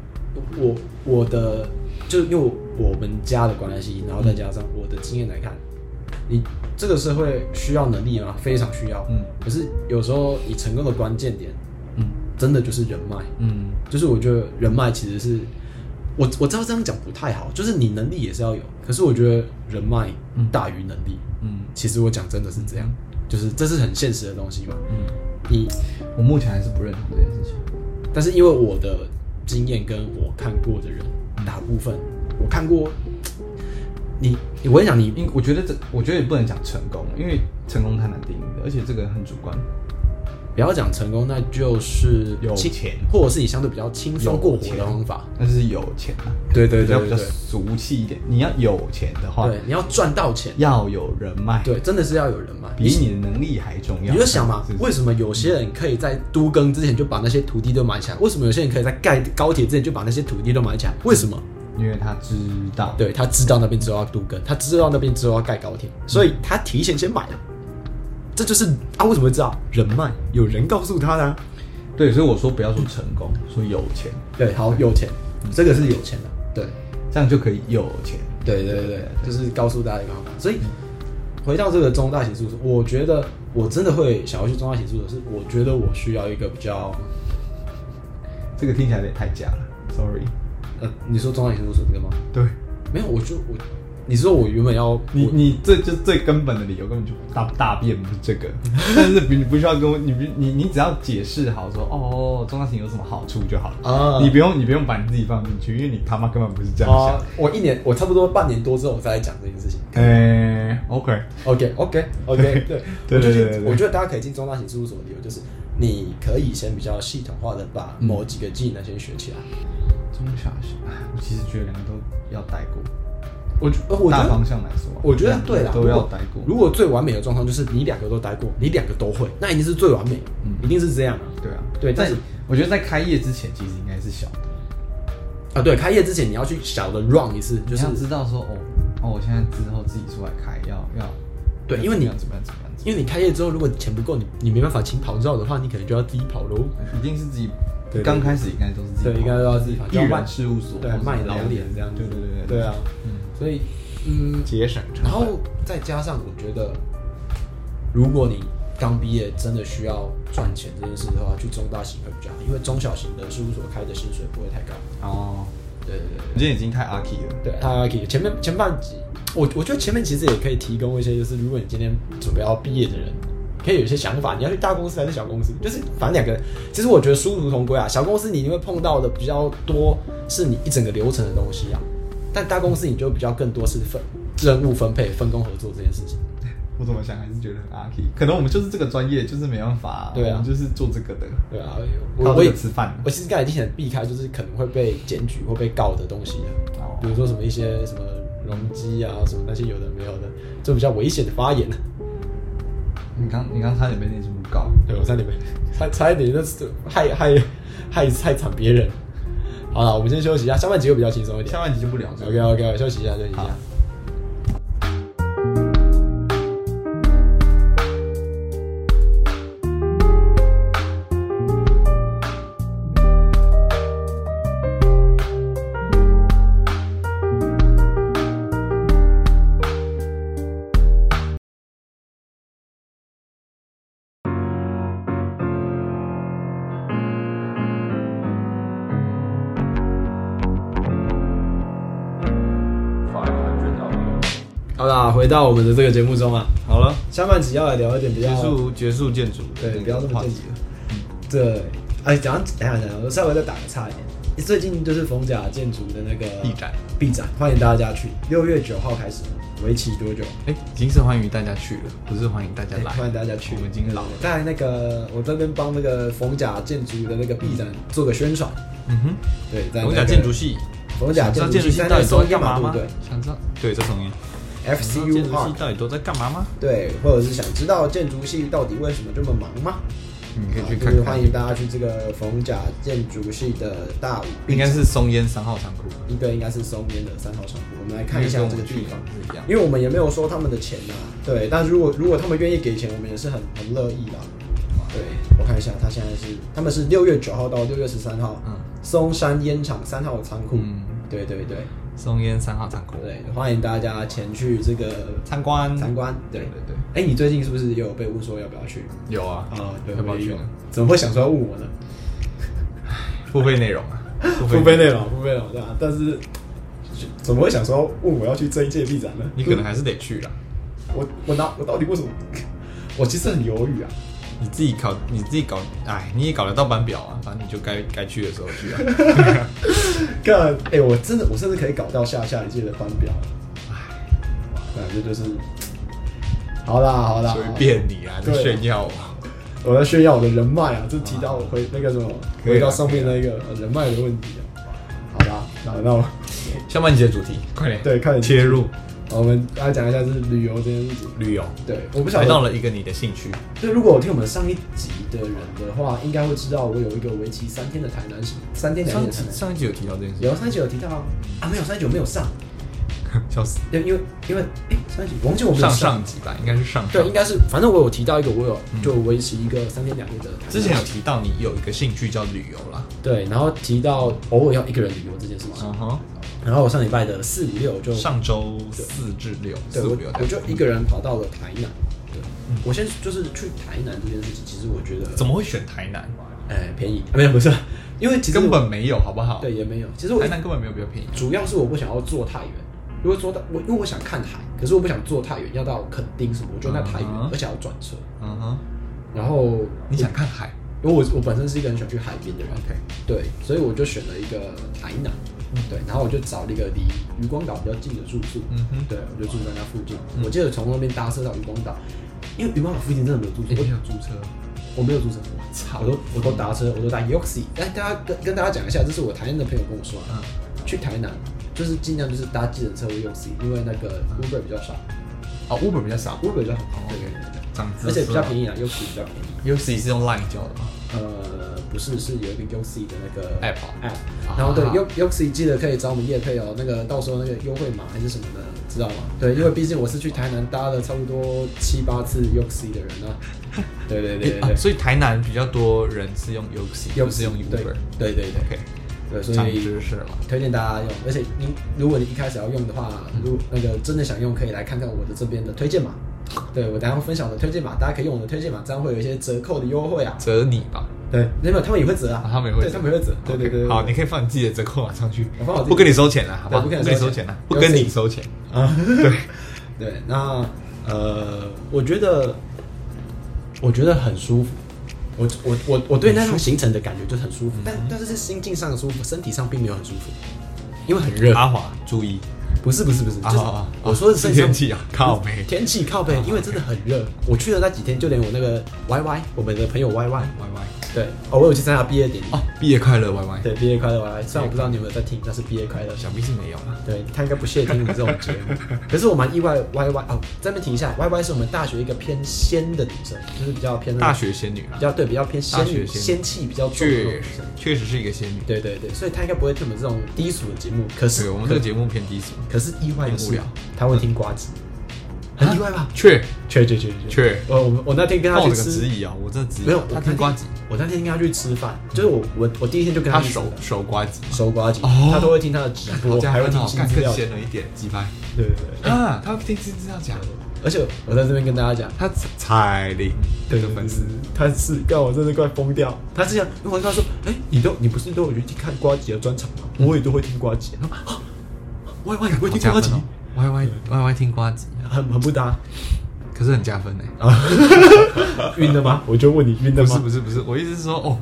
Speaker 1: 我我的就是因为我们家的关系，然后再加上我的经验来看，你这个社会需要能力吗？非常需要。
Speaker 2: 嗯
Speaker 1: 可是有时候你成功的关键点，
Speaker 2: 嗯
Speaker 1: 真的就是人脉。
Speaker 2: 嗯，
Speaker 1: 就是我觉得人脉其实是，我我知道这样讲不太好，就是你能力也是要有，可是我觉得人脉大于能力。
Speaker 2: 嗯，
Speaker 1: 其实我讲真的是这样，就是这是很现实的东西嘛。嗯，你
Speaker 2: 我目前还是不认同这件事情。
Speaker 1: 但是因为我的经验跟我看过的人，
Speaker 2: 嗯
Speaker 1: 大部分我看过，你我跟你讲，你
Speaker 2: 因我觉得这，我觉得也不能讲成功，因为成功太难定义了，而且这个很主观。
Speaker 1: 不要讲成功，那就是
Speaker 2: 有
Speaker 1: 轻
Speaker 2: 钱
Speaker 1: 或者是你相对比较轻松过活
Speaker 2: 有
Speaker 1: 的
Speaker 2: 钱
Speaker 1: 方法。
Speaker 2: 那就是有钱啊，
Speaker 1: 对对对
Speaker 2: 比较
Speaker 1: 对
Speaker 2: 比较
Speaker 1: 对
Speaker 2: 俗气一点。你要有钱的话，
Speaker 1: 对，你要赚到钱，
Speaker 2: 要有人脉，，
Speaker 1: 对，真的是要有人脉。
Speaker 2: 比你的能力还重要。
Speaker 1: 你就想嘛
Speaker 2: 是，不是
Speaker 1: 为什么有些人可以在都更之前就把那些土地都买起来？为什么有些人可以在盖高铁之前就把那些土地都买起来？为什么？
Speaker 2: 因为他知道，，
Speaker 1: 对他知道那边之后要都更，他知道那边之后要盖高铁，所以他提前先买了。这就是他为什么会知道人脉？有人告诉他的、啊。
Speaker 2: 对，所以我说不要说成功，说有钱，
Speaker 1: 对，好有钱，这个是有钱的。对，
Speaker 2: 这样就可以有钱。
Speaker 1: 对对对对，就是告诉大家一个方法。所以回到这个中大型事务所，我觉得我真的会想要去中大型事务所，是我觉得我需要一个比较
Speaker 2: 这个听起来有点太假了，sorry。
Speaker 1: 呃，你说中大型事务所这个吗？
Speaker 2: 对，
Speaker 1: 没有，我就我，你说我原本要
Speaker 2: 你
Speaker 1: 我
Speaker 2: 你这就最根本的理由根本就大大便不是这
Speaker 1: [laughs]
Speaker 2: 个，但是你不需要跟我，你不你你只要解释好说哦，中大型有什么好处就好了
Speaker 1: 啊
Speaker 2: 你不用你不用把你自己放进去，因为你他妈根本不是这样想
Speaker 1: 啊。，我一年我差不多半年多之后我再来讲这件事情。
Speaker 2: 哎、o k
Speaker 1: OK
Speaker 2: [laughs]
Speaker 1: OK OK，对， [laughs]
Speaker 2: 对
Speaker 1: 我就
Speaker 2: 对对对
Speaker 1: 是
Speaker 2: 对
Speaker 1: 我觉得大家可以进中大型事务所的理由就是，你可以先比较系统化的把某几个技能先学起来。
Speaker 2: 中小型，哎我其实觉得两个都要带过。
Speaker 1: 我觉呃我觉
Speaker 2: 大
Speaker 1: 得
Speaker 2: 方向来说啊、
Speaker 1: 我觉得对啦，
Speaker 2: 两个都
Speaker 1: 如
Speaker 2: 要
Speaker 1: 果
Speaker 2: 待过。
Speaker 1: 如果最完美的状况就是你两个都待过，你两个都会，那一定是最完美，一定是这样啊。
Speaker 2: 嗯对啊，
Speaker 1: 对但
Speaker 2: 在
Speaker 1: 是
Speaker 2: 我觉得在开业之前，其实应该是小的，
Speaker 1: 啊，对，开业之前你要去小的 run 一次，就
Speaker 2: 你
Speaker 1: 是
Speaker 2: 要知道说哦哦，我现在之后自己出来开，要要
Speaker 1: 对
Speaker 2: 要
Speaker 1: 因为你
Speaker 2: 怎么样怎么样怎么
Speaker 1: 因为你开业之后，如果钱不够，你你没办法请跑照的话，你可能就要自己跑喽。
Speaker 2: 样，一定是自己
Speaker 1: 对对
Speaker 2: 刚开始应该都是自己
Speaker 1: 对，应该都要自己跑，
Speaker 2: 一人事务所
Speaker 1: 对
Speaker 2: 或，者
Speaker 1: 卖
Speaker 2: 怎么
Speaker 1: 老
Speaker 2: 样
Speaker 1: 脸这样子。
Speaker 2: 对对对
Speaker 1: 对啊，所以嗯，
Speaker 2: 节省成
Speaker 1: 然
Speaker 2: 本
Speaker 1: 后再加上我觉得，如果你刚毕业真的需要赚钱这件事的话，去中大型会比较好，因为中小型的事务所开的薪水不会太高。
Speaker 2: 哦，
Speaker 1: 对对对。
Speaker 2: 你今天已经太阿 K 了。
Speaker 1: 对，他可以前面前半集，我我觉得前面其实也可以提供一些，就是如果你今天准备要毕业的人，可以有一些想法，你要去大公司还是小公司，就是反正两个，其实我觉得殊途同归啊。小公司你一定会碰到的比较多是你一整个流程的东西啊，但大公司你就比较更多是分任务分配、分工合作这件事情。
Speaker 2: 我怎么想还是觉得很阿 K，可能我们就是这个专业，就是没办法、
Speaker 1: 对啊
Speaker 2: 我们就是做这个的，
Speaker 1: 对啊，我
Speaker 2: 靠
Speaker 1: 我
Speaker 2: 这
Speaker 1: 也
Speaker 2: 个吃饭
Speaker 1: 我其实刚才已经很避开，就是可能会被检举或被告的东西了，
Speaker 2: 哦
Speaker 1: 比如说什么一些什么容积啊，什么那些有的没有的，这种比较危险的发言。
Speaker 2: 你刚你刚差点被那句搞，
Speaker 1: 对，我在里面，差差一点就是害害害害惨别人。好了，我们先休息一下，下半集会比较轻松一点
Speaker 2: 下。半集就不聊这个。
Speaker 1: OK OK，休息一下，休息一
Speaker 2: 好
Speaker 1: 下。好啦，回到我们的这个节目中啊，
Speaker 2: 好了，
Speaker 1: 下半集要来聊一点比较
Speaker 2: 结束结束建筑，
Speaker 1: 对，不要这么
Speaker 2: 嗯话
Speaker 1: 正
Speaker 2: 题
Speaker 1: 经
Speaker 2: 了。。
Speaker 1: 对，哎，讲到等一下等一下，我稍微再打个岔一点。最近就是逢甲建筑的那个
Speaker 2: 地展，
Speaker 1: 闭展，欢迎大家去。六月九号开始，为期多久？
Speaker 2: 哎、已经是欢迎大家去了，不是欢迎大家
Speaker 1: 哎
Speaker 2: 来。
Speaker 1: 欢迎大家去。
Speaker 2: 我们已经老了。
Speaker 1: 在那个我这边帮那个逢甲建筑的那个闭展做个宣传。
Speaker 2: 嗯哼，
Speaker 1: 对，在那个
Speaker 2: 逢甲建筑，系，
Speaker 1: 逢甲
Speaker 2: 想知道
Speaker 1: 建
Speaker 2: 建
Speaker 1: 筑
Speaker 2: 筑
Speaker 1: 系
Speaker 2: 系
Speaker 1: 在
Speaker 2: 到
Speaker 1: 那
Speaker 2: 底
Speaker 1: 松
Speaker 2: 都在
Speaker 1: 烟
Speaker 2: 干
Speaker 1: 马
Speaker 2: 嘛
Speaker 1: 路
Speaker 2: 吗
Speaker 1: 对？
Speaker 2: 想知道，对，这重音。想知道建
Speaker 1: FCU
Speaker 2: 筑系
Speaker 1: Park。
Speaker 2: 到底都在干嘛吗？
Speaker 1: 对，或者是想知道建筑系到底为什么这么忙吗？
Speaker 2: 嗯你可以去
Speaker 1: 啊就
Speaker 2: 看
Speaker 1: 是
Speaker 2: 看
Speaker 1: 欢。迎大家去这个逢甲建筑系的大五闭展，
Speaker 2: 应该是松烟三号仓库。
Speaker 1: 一个应该是松烟的三号仓库，我们来看一下这个地方
Speaker 2: 因为跟我们去的不一样
Speaker 1: 因为我们也没有收他们的钱呐、对，但如果如果他们愿意给钱，我们也是很很乐意啦。对，我看一下，他现在是他们是六月九号到六月十三号，
Speaker 2: 嗯
Speaker 1: 松山烟厂三号仓库，
Speaker 2: 嗯
Speaker 1: 对对对
Speaker 2: 松烟三号仓库。
Speaker 1: 对，欢迎大家前去这个
Speaker 2: 参观。
Speaker 1: 参。观。对
Speaker 2: 对对对，
Speaker 1: 哎、你最近是不是也有被问说要不要去？
Speaker 2: 有啊。
Speaker 1: 啊，对，
Speaker 2: 要不要
Speaker 1: 我也
Speaker 2: 去
Speaker 1: 有
Speaker 2: 呢？
Speaker 1: 怎么会想说要问我呢？
Speaker 2: 付费内容
Speaker 1: [laughs]
Speaker 2: 啊。
Speaker 1: 付费内。容，付费内容对吧？但是怎么会想说问我要去这一届 B 展呢？
Speaker 2: 你可能还是得去啦。
Speaker 1: 我我到我到底为什么？ [laughs] 我其实很犹豫啊。
Speaker 2: 你自己搞，你自己搞，哎，你也搞得到班表啊，反正你就该该去的时候去啊。
Speaker 1: [laughs] 干，哎、我真的我甚至可以搞到下下一届的班表。哎，反正就是，好啦好啦，好
Speaker 2: 随
Speaker 1: 啦
Speaker 2: 便你啊，
Speaker 1: 对
Speaker 2: 你
Speaker 1: 啊
Speaker 2: 炫耀我。
Speaker 1: 我在炫耀我的人脉啊，就提到我回那个什么，
Speaker 2: 可以啊
Speaker 1: 回到上面那个人脉的问题啊。好啦，那那我
Speaker 2: 下半节主题，快点。
Speaker 1: 对快点
Speaker 2: 切入
Speaker 1: 我们来讲一下就是旅游这件事情。
Speaker 2: 旅游。
Speaker 1: 对，我不晓
Speaker 2: 来到
Speaker 1: 得。哎
Speaker 2: 了一个你的兴趣，
Speaker 1: 就如果有听我们上一集的人的话，应该会知道我有一个为期三天的台南行，三天两夜的
Speaker 2: 上
Speaker 1: 台南行。
Speaker 2: 上一集有提到这件事，
Speaker 1: 有三九有提到啊，啊没有三九没有上，
Speaker 2: [laughs] 笑死，
Speaker 1: 对，因为因为哎三九忘记我们
Speaker 2: 上上集吧，应该是上上
Speaker 1: 对，应该是，反正我有提到一个，我有就维持一个三天两夜的台南行。
Speaker 2: 之前有提到你有一个兴趣叫旅游啦，
Speaker 1: 对，然后提到偶尔要一个人旅游这件事情。
Speaker 2: 嗯哼，
Speaker 1: 然后我上礼拜的四五六就
Speaker 2: 上周四至六，
Speaker 1: 对
Speaker 2: 四
Speaker 1: 我
Speaker 2: 五六，嗯
Speaker 1: 我就一个人跑到了台南。对，我先就是去台南这件事情，其实我觉得
Speaker 2: 怎么会选台南？
Speaker 1: 哎便宜、啊没有不是，因为其实
Speaker 2: 根本没有，好不好？
Speaker 1: 对，也没有，其实我
Speaker 2: 台南根本没有比较便宜，
Speaker 1: 主要是我不想要坐太远。如果坐到我，因为我想看海，可是我不想坐太远，要到垦丁什么，我觉得那太远
Speaker 2: 嗯哼
Speaker 1: 而且还要转车。
Speaker 2: 嗯哼，
Speaker 1: 然后
Speaker 2: 你想看海
Speaker 1: 因为我我本身是一个很喜欢去海边的人，
Speaker 2: ？OK，
Speaker 1: 对，所以我就选了一个台南，对，然后我就找了一个离渔光岛比较近的住宿，
Speaker 2: 嗯哼嗯
Speaker 1: 对，我就住在那附近。我记得从那边搭车到渔光岛，因为渔光岛附近真的没有住宿，
Speaker 2: 我
Speaker 1: 我
Speaker 2: 有租车，
Speaker 1: 我没有住宿，我
Speaker 2: 操
Speaker 1: 我都我都搭车，我都搭 Yoxi。哎，大家跟跟大家讲一下，这是我台南的朋友跟我说
Speaker 2: 嗯
Speaker 1: 啊，去台南就是尽量就是搭计程车或 Yoxi，因为那个 Uber 比较少
Speaker 2: 哦，Uber 比较少，
Speaker 1: ，Uber 比较少，对对对对，
Speaker 2: 涨姿
Speaker 1: 而
Speaker 2: 势
Speaker 1: 且比较便宜啊，Yoxi 比较便宜。
Speaker 2: U C 是用 Line 叫的吗？
Speaker 1: 呃，不是，是有一个 UC 的那个
Speaker 2: App
Speaker 1: app，
Speaker 2: 啊
Speaker 1: 然后对
Speaker 2: 啊
Speaker 1: U UC 记得可以找我们叶配哦，那个到时候那个优惠码还是什么的，知道吗？
Speaker 2: 嗯
Speaker 1: 对，因为毕竟我是去台南搭了差不多七八次 UC 的人啊，
Speaker 2: [laughs]
Speaker 1: 对对对对
Speaker 2: 啊
Speaker 1: 对，
Speaker 2: 所以台南比较多人是用 U C，
Speaker 1: u
Speaker 2: 不是用
Speaker 1: 对
Speaker 2: Uber。
Speaker 1: 对对对
Speaker 2: OK，
Speaker 1: 对，所
Speaker 2: 长
Speaker 1: 以
Speaker 2: 知识了。
Speaker 1: 推荐大家用，而且您如果你一开始要用的话，如那个真的想用，可以来看看我的这边的推荐码，对我等一下会分享我的推荐码，大家可以用我的推荐码，这样会有一些折扣的优惠啊。
Speaker 2: 折你吧，
Speaker 1: 对，没有，他们也会折啊
Speaker 2: 啊，，他们也会
Speaker 1: 对，他们也会折，对对
Speaker 2: OK，
Speaker 1: 对。对
Speaker 2: 好，你可以放你自己的折扣啊码上去
Speaker 1: 我放我自己，
Speaker 2: 不跟你收钱了，好吧？
Speaker 1: 对不跟
Speaker 2: 不跟
Speaker 1: 你
Speaker 2: 你
Speaker 1: 收
Speaker 2: 收
Speaker 1: 钱
Speaker 2: 钱了，不跟
Speaker 1: 有
Speaker 2: 你
Speaker 1: 请
Speaker 2: 收钱。
Speaker 1: 啊，对 [laughs] 对，那呃，我觉得我觉得很舒服。我我我我对那趟行程的感觉就是很舒服，
Speaker 2: 嗯
Speaker 1: 但但是是心境上的舒服，身体上并没有很舒服，因为很热。
Speaker 2: 阿华，注意，
Speaker 1: 不是不是不是，就是
Speaker 2: 啊
Speaker 1: 我说的
Speaker 2: 是
Speaker 1: 身体上
Speaker 2: 天气啊靠北啊
Speaker 1: 天气靠背，因为真的很热。我去的那几天，就连我那个 Y Y，我们的朋友 Y Y，
Speaker 2: Y Y
Speaker 1: 对，哦，我有去参加毕业典礼，
Speaker 2: 啊哦，毕业快乐，Y Y。
Speaker 1: 对，毕业快乐 Y Y，虽然我不知道你有没有在听，但是毕业快乐。
Speaker 2: 想必是没有啊了。
Speaker 1: 对他应该不屑听我们这种节
Speaker 2: [laughs]
Speaker 1: 目。可是我蛮意外，Y Y 哦，这边提一下，Y Y 是我们大学一个偏仙的女生，就是比较偏那种
Speaker 2: 大学仙女啊
Speaker 1: 比，较对比较偏仙女
Speaker 2: 大学仙女
Speaker 1: 仙气比较重的那种
Speaker 2: 确
Speaker 1: 女
Speaker 2: 实
Speaker 1: 生。
Speaker 2: 确实是一个仙女。
Speaker 1: 对对对，所以他应该不会听我们这种低俗的节目。可是
Speaker 2: 对，我们这个节目偏低俗，
Speaker 1: 可可是意外的是
Speaker 2: 很无聊
Speaker 1: 他会听瓜子，很意外吧？
Speaker 2: 确
Speaker 1: 确确确确。
Speaker 2: 确。
Speaker 1: 我我我那天跟
Speaker 2: 那
Speaker 1: 他
Speaker 2: 我
Speaker 1: 去
Speaker 2: 这个质
Speaker 1: 吃，
Speaker 2: 疑啊，我真的质疑。
Speaker 1: 没有
Speaker 2: 他听瓜子，，
Speaker 1: 我那天我那天跟他去吃饭，就是我我我第一天就跟
Speaker 2: 他
Speaker 1: 去吃
Speaker 2: 手
Speaker 1: 饭
Speaker 2: 手瓜子，
Speaker 1: 熟瓜子
Speaker 2: 哦，
Speaker 1: 他都会听他的直播，
Speaker 2: 这样
Speaker 1: 还会
Speaker 2: 很
Speaker 1: 听
Speaker 2: 好
Speaker 1: 新
Speaker 2: 看，
Speaker 1: 资
Speaker 2: 更
Speaker 1: 料。
Speaker 2: 仙了一点，几拍。
Speaker 1: 对对对。
Speaker 2: 啊，他听听这样讲，
Speaker 1: 而且我在这边跟大家讲，
Speaker 2: 他彩铃这个粉丝，
Speaker 1: 他是干我真的快疯掉。他是这样，因为我跟他说，哎、你都你不是都有去看瓜吉的专场吗？我也都会听瓜吉。他说啊，我我也会听瓜吉，
Speaker 2: 哦，Y Y Y Y 听瓜子，
Speaker 1: 很很不搭
Speaker 2: 可是很加分呢。欸
Speaker 1: 啊，晕了吗？我就问你晕了
Speaker 2: 不
Speaker 1: 吗？
Speaker 2: 是不是不是，我意思是说，哦，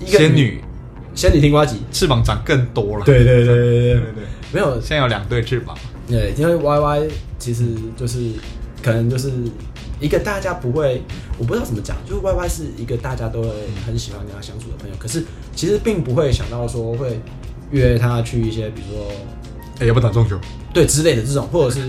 Speaker 1: 一个
Speaker 2: 仙女
Speaker 1: 仙女听瓜集，
Speaker 2: 翅膀长更多了，
Speaker 1: 对对对对
Speaker 2: 对对，
Speaker 1: 没有
Speaker 2: 现在有两对翅膀，
Speaker 1: 对，因为 Y Y 其实就是可能就是一个大家不会，我不知道怎么讲，就是 Y Y 是一个大家都会很喜欢跟他相处的朋友，可是其实并不会想到说会约他去一些，比如说
Speaker 2: 哎，要不打撞球？
Speaker 1: 对之类的这种，或者是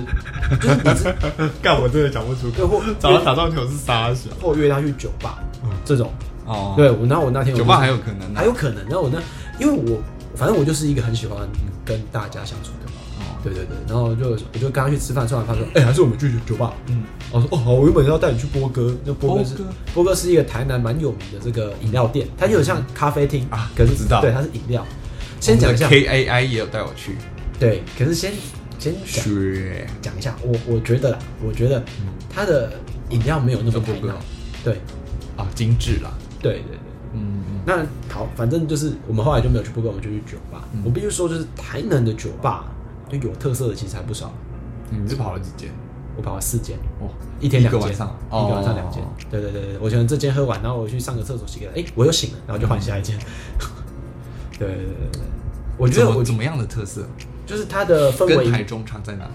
Speaker 1: 就是你知
Speaker 2: [laughs] 干，我真的讲不出
Speaker 1: 对或
Speaker 2: 早上打撞球是啥小？
Speaker 1: 或约他去酒吧、 [laughs] 这种，
Speaker 5: 哦，
Speaker 1: 对，我然后我那天我
Speaker 2: 酒
Speaker 1: 就
Speaker 2: 吧
Speaker 1: 是
Speaker 2: 还有可能啊
Speaker 1: 啊还有可能。然后我那，因为我反正我就是一个很喜欢跟大家相处的嘛。对对对，然后就我就跟他去吃饭，吃完饭哦说，哎、还是我们去酒吧。嗯，我说哦好，我原本要带你去波哥，那波哥是
Speaker 5: 波哥
Speaker 1: 波哥是一个台南蛮有名的这个饮料店，它就很像咖啡厅
Speaker 5: 啊
Speaker 1: 可是
Speaker 5: 知道
Speaker 1: 对，它是饮料。先讲一下，
Speaker 2: K A I 也有带我去，
Speaker 1: 对，可是先先讲
Speaker 2: 雪
Speaker 1: 讲一下，我我觉得啦，我觉得它的饮料没有那么
Speaker 2: 就波
Speaker 1: 台
Speaker 2: 哥
Speaker 1: 南，对
Speaker 2: 啊，精致啦，
Speaker 1: 对对对。
Speaker 5: 嗯，嗯
Speaker 1: 那好，反正就是我们后来就没有去波哥，我们就去酒吧。
Speaker 2: 嗯
Speaker 1: 我必须说，就是台南的酒吧就有特色的其实还不少。
Speaker 5: 你们是跑了几间？
Speaker 1: 我跑了四间，
Speaker 5: 哇，
Speaker 1: 嗯哦一天两
Speaker 5: 个
Speaker 1: 间，
Speaker 5: 晚上，
Speaker 1: 一个晚
Speaker 2: 哦
Speaker 1: 上两间。对对对对，我可能这间喝完，然后我去上个厕所洗个，哎、我又醒了，然后就换下一间。 [laughs] 对对对对对，我觉
Speaker 2: 怎
Speaker 1: 得
Speaker 2: 么
Speaker 1: 我
Speaker 2: 怎么样的特色？
Speaker 1: 就是它的氛
Speaker 2: 跟台
Speaker 1: 围。
Speaker 2: 中差在哪里？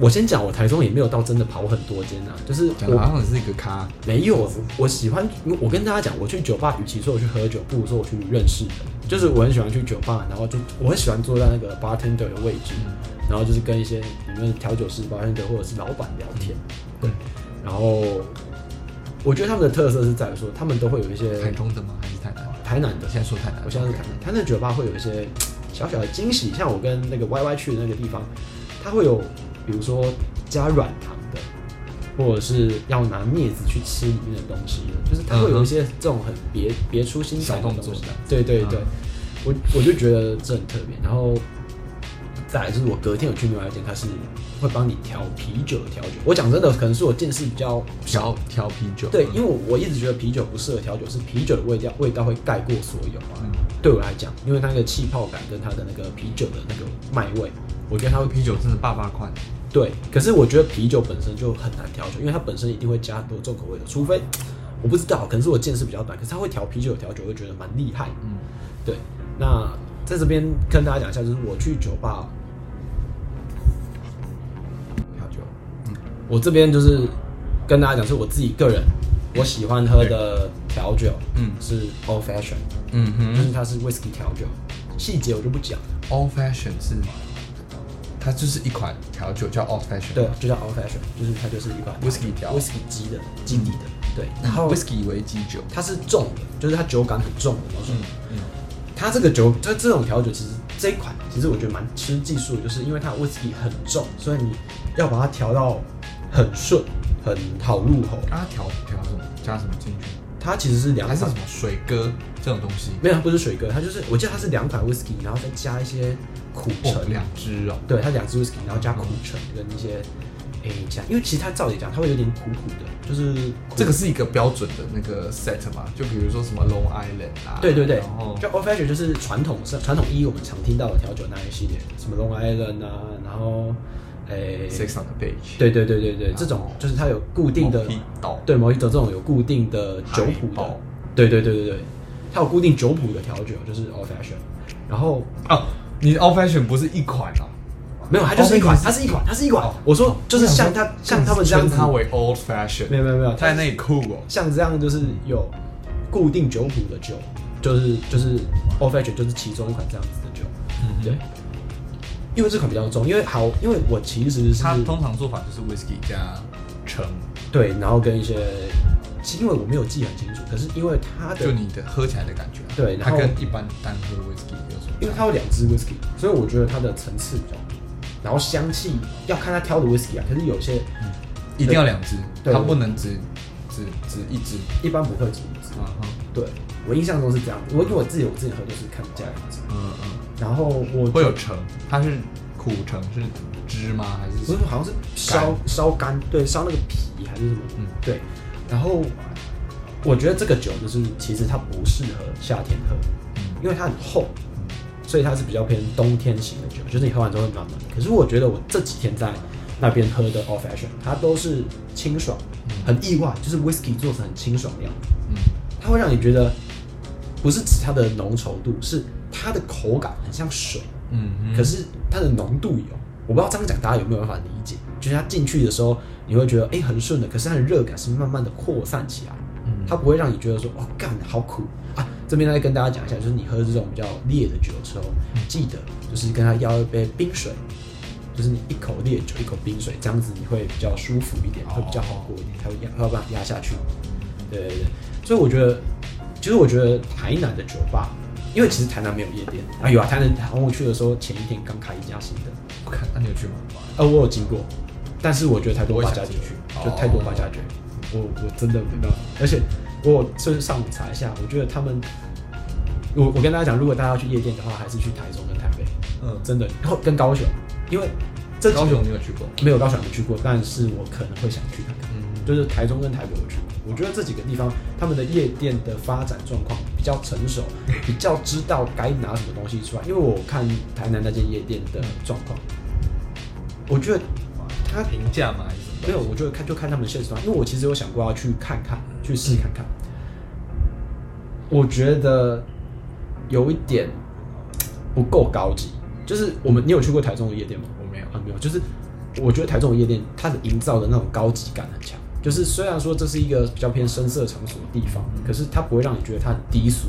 Speaker 1: 我先讲，我台中也没有到真的跑很多间啊，就是
Speaker 2: 讲的
Speaker 1: 我
Speaker 2: 好像是一个咖，
Speaker 1: 没有，我喜欢，我跟大家讲，我去酒吧，与其说我去喝酒，不如说我去认识人。就是我很喜欢去酒吧，然后就我很喜欢坐在那个 bartender 的位置，然后就是跟一些里面的调酒师、bartender 或者是老板聊天。对，然后我觉得他们的特色是在于说，他们都会有一些
Speaker 2: 台中的吗？还是台南？
Speaker 1: 台南的
Speaker 2: 我，现在说台南，
Speaker 1: 我现在是台南，台南的酒吧会有一些小小的惊喜，像我跟那个 Y Y 去的那个地方，它会有比如说加软糖的，或者是要拿镊子去吃里面的东西的，就是它会有一些这种很别别出心裁的
Speaker 2: 嗯小动
Speaker 1: 东
Speaker 2: 作
Speaker 1: 西
Speaker 2: 这样。嗯
Speaker 1: 对对对，我我就觉得这很特别。然后再来就是我隔天有去另外一间，它是会帮你调啤酒的调酒。我讲真的，可能是我见识比较少
Speaker 2: 调调啤酒，嗯
Speaker 1: 对，因为我我一直觉得啤酒不适合调酒，是啤酒的味道味道会盖过所有啊。对我来讲，因为它那个气泡感跟它的那个啤酒的那个麦味，我觉得它会
Speaker 2: 啤酒真的爸爸款，
Speaker 1: 对。可是我觉得啤酒本身就很难调酒，因为它本身一定会加很多重口味的，除非我不知道，可能是我见识比较短，可是他会调啤酒调酒，我就觉得蛮厉害。嗯，对。那在这边跟大家讲一下，就是我去酒吧调酒，我这边就是跟大家讲，是我自己个人我喜欢喝的调酒，嗯，是 Old Fashion，
Speaker 2: 嗯哼
Speaker 1: 就是它是 Whisky 调酒，细节我就不讲了。
Speaker 2: ，Old Fashion 是，它就是一款调酒叫 Old Fashion，
Speaker 1: 对，就叫 Old Fashion，就是它就是一款
Speaker 2: Whisky 调嗯
Speaker 1: whisky 基的基底的，对，然后
Speaker 2: ，Whisky 为基酒，
Speaker 1: 它是重的，就是它酒感很重的那
Speaker 2: 嗯
Speaker 1: 种。它这个酒，它这种调酒，其实这一款其实我觉得蛮吃技术的，就是因为它的 whisky 很重，所以你要把它调到很顺、很好入口。
Speaker 2: 啊它调调什么？加什么进去？
Speaker 1: 它其实是两
Speaker 2: 还
Speaker 1: 款
Speaker 2: 是什么水哥这种东西？
Speaker 1: 没有，它不是水哥，它就是我记得它是两款 whisky，然后再加一些苦橙
Speaker 2: 哦，，两只哦，
Speaker 1: 对，它两支 whisky，然后加苦橙跟一些诶加，因为其实它照理讲它会有点苦苦的，就是苦
Speaker 2: 这个是一个标准的那个 set 嘛？就比如说什么 Long Island 啊，
Speaker 1: 对对对
Speaker 2: 然后，
Speaker 1: 就 old fashion 就是传统上传统一我们常听到的调酒那一系列，什么 Long Island 啊，然后诶，
Speaker 2: Six 啊 on the Beach，
Speaker 1: 对对对对对，这种就是它有固定的
Speaker 2: Mojito，
Speaker 1: 对 Mojito 这种有固定的酒谱
Speaker 2: 海报
Speaker 1: 的，对对对对对，它有固定酒谱的调酒就是 old fashion，然后
Speaker 2: 哦，你 Old Fashion 不是一款哦，
Speaker 1: 没有它就是一款，
Speaker 2: Old Fashion
Speaker 1: 它是一款，它是一款，我说就是像
Speaker 2: 哦
Speaker 1: 它像他们这样
Speaker 2: 称
Speaker 1: 子，
Speaker 2: 它为 Old Fashion，
Speaker 1: 没有没有没有，它
Speaker 2: 在那里酷哦，
Speaker 1: 像这样就是有固定酒谱的酒，就是就是 old fashion 就是其中一款这样子的酒，
Speaker 2: 嗯
Speaker 1: 对。因为这款比较重，因为好，因为我其实是
Speaker 2: 它通常做法就是 Whisky 加橙，
Speaker 1: 对，然后跟一些，因为我没有记很清楚，可是因为它的
Speaker 2: 就，你的喝起来的感觉啊，
Speaker 1: 对然
Speaker 2: 它
Speaker 1: 后
Speaker 2: 跟一般单喝 Whisky 有什么？
Speaker 1: 因为它有两支 whisky，所以我觉得它的层次比较多，然后香气要看它挑的 whisky 啊，可是有些
Speaker 2: 嗯一定要两只，
Speaker 1: 对
Speaker 2: 它不能只只只一只，
Speaker 1: 一般不会只一支
Speaker 2: 啊哈，
Speaker 1: 对我印象中是这样子，我因为我自己我自己喝就是看价格，
Speaker 2: 嗯嗯，
Speaker 1: 然后我
Speaker 2: 会有橙，它是苦橙是汁吗？还是
Speaker 1: 不
Speaker 2: 什
Speaker 1: 是
Speaker 2: 么？
Speaker 1: 好像是烧烧干，对，烧那个皮还是什么，
Speaker 2: 嗯
Speaker 1: 对。然后我觉得这个酒就是其实它不适合夏天喝，
Speaker 2: 嗯
Speaker 1: 因为它很厚，所以它是比较偏冬天型的酒，就是你喝完之后会暖暖的。可是我觉得我这几天在那边喝的 old fashion，它都是清爽，很意外，就是 whisky 做成很清爽的样子，
Speaker 2: 嗯，
Speaker 1: 它会让你觉得不是指它的浓稠度，是它的口感很像水，
Speaker 6: 嗯哼，
Speaker 1: 可是它的浓度有。我不知道这样讲大家有没有办法理解，就是它进去的时候，你会觉得哎、诶很顺的，可是它的热感是慢慢的扩散起来，它不会让你觉得说哇干好苦啊。这边再跟大家讲一下，就是你喝这种比较烈的酒的时候，记得就是跟他要一杯冰水，就是你一口烈酒一口冰水，这样子你会比较舒服一点，会比较好过一点，它会压，它会把它压下去。对对对，所以我觉得，其实我觉得台南的酒吧，因为其实台南没有夜店啊，有啊，台南台湾我去的时候前一天刚开一家新的，
Speaker 2: 我看，那你有去吗？
Speaker 1: 呃，我有经过，但是我觉得太多
Speaker 2: 我也
Speaker 1: 八
Speaker 2: 想
Speaker 1: 加九
Speaker 2: 进去，
Speaker 1: 就太多八加九，哦我我真的没办法。而且我甚至上网查一下，我觉得他们，我我跟大家讲，如果大家要去夜店的话，还是去台中跟台北，
Speaker 6: 嗯
Speaker 1: 真的，然后跟高雄，因为这几个
Speaker 2: 高雄你有去过？
Speaker 1: 没有高雄还没去过，但是我可能会想去看看。就是台中跟台北我去过，我觉得这几个地方他们的夜店的发展状况比较成熟，比较知道该拿什么东西出来。因为我看台南那间夜店的状况，我觉得他
Speaker 2: 评价嘛还是什么？
Speaker 1: 没有，我就看就看他们的现实状况因为我其实有想过要去看看，去试看看。我觉得有一点不够高级，就是我们你有去过台中的夜店吗？
Speaker 2: 我没有。
Speaker 1: 啊，没有，就是我觉得台中的夜店它的营造的那种高级感很强，就是虽然说这是一个比较偏深色场所的地方，可是它不会让你觉得它很低俗。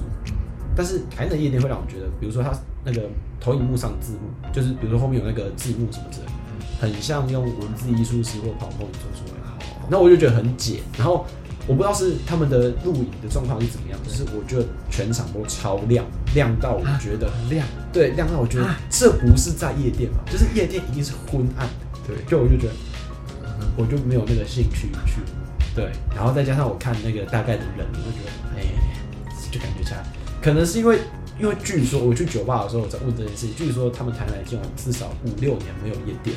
Speaker 1: 但是台南的夜店会让我觉得，比如说它那个投影幕上的字幕，就是比如说后面有那个字幕什么之类的，很像用文字艺术师或跑风做出来的。那我就觉得很解，然后我不知道是他们的录影的状况是怎么样，就是我觉得全场都超亮，亮到我觉得
Speaker 2: 啊很亮，
Speaker 1: 对，亮到我觉得
Speaker 2: 啊
Speaker 1: 这不是在夜店嘛，就是夜店一定是昏暗的，
Speaker 2: 对
Speaker 1: 就我就觉得我就没有那个兴趣去，对，然后再加上我看那个大概的人，我就觉得哎、就感觉起来，可能是因为因为据说我去酒吧的时候我在问这件事情，据说他们台南已经有至少五六年没有夜店，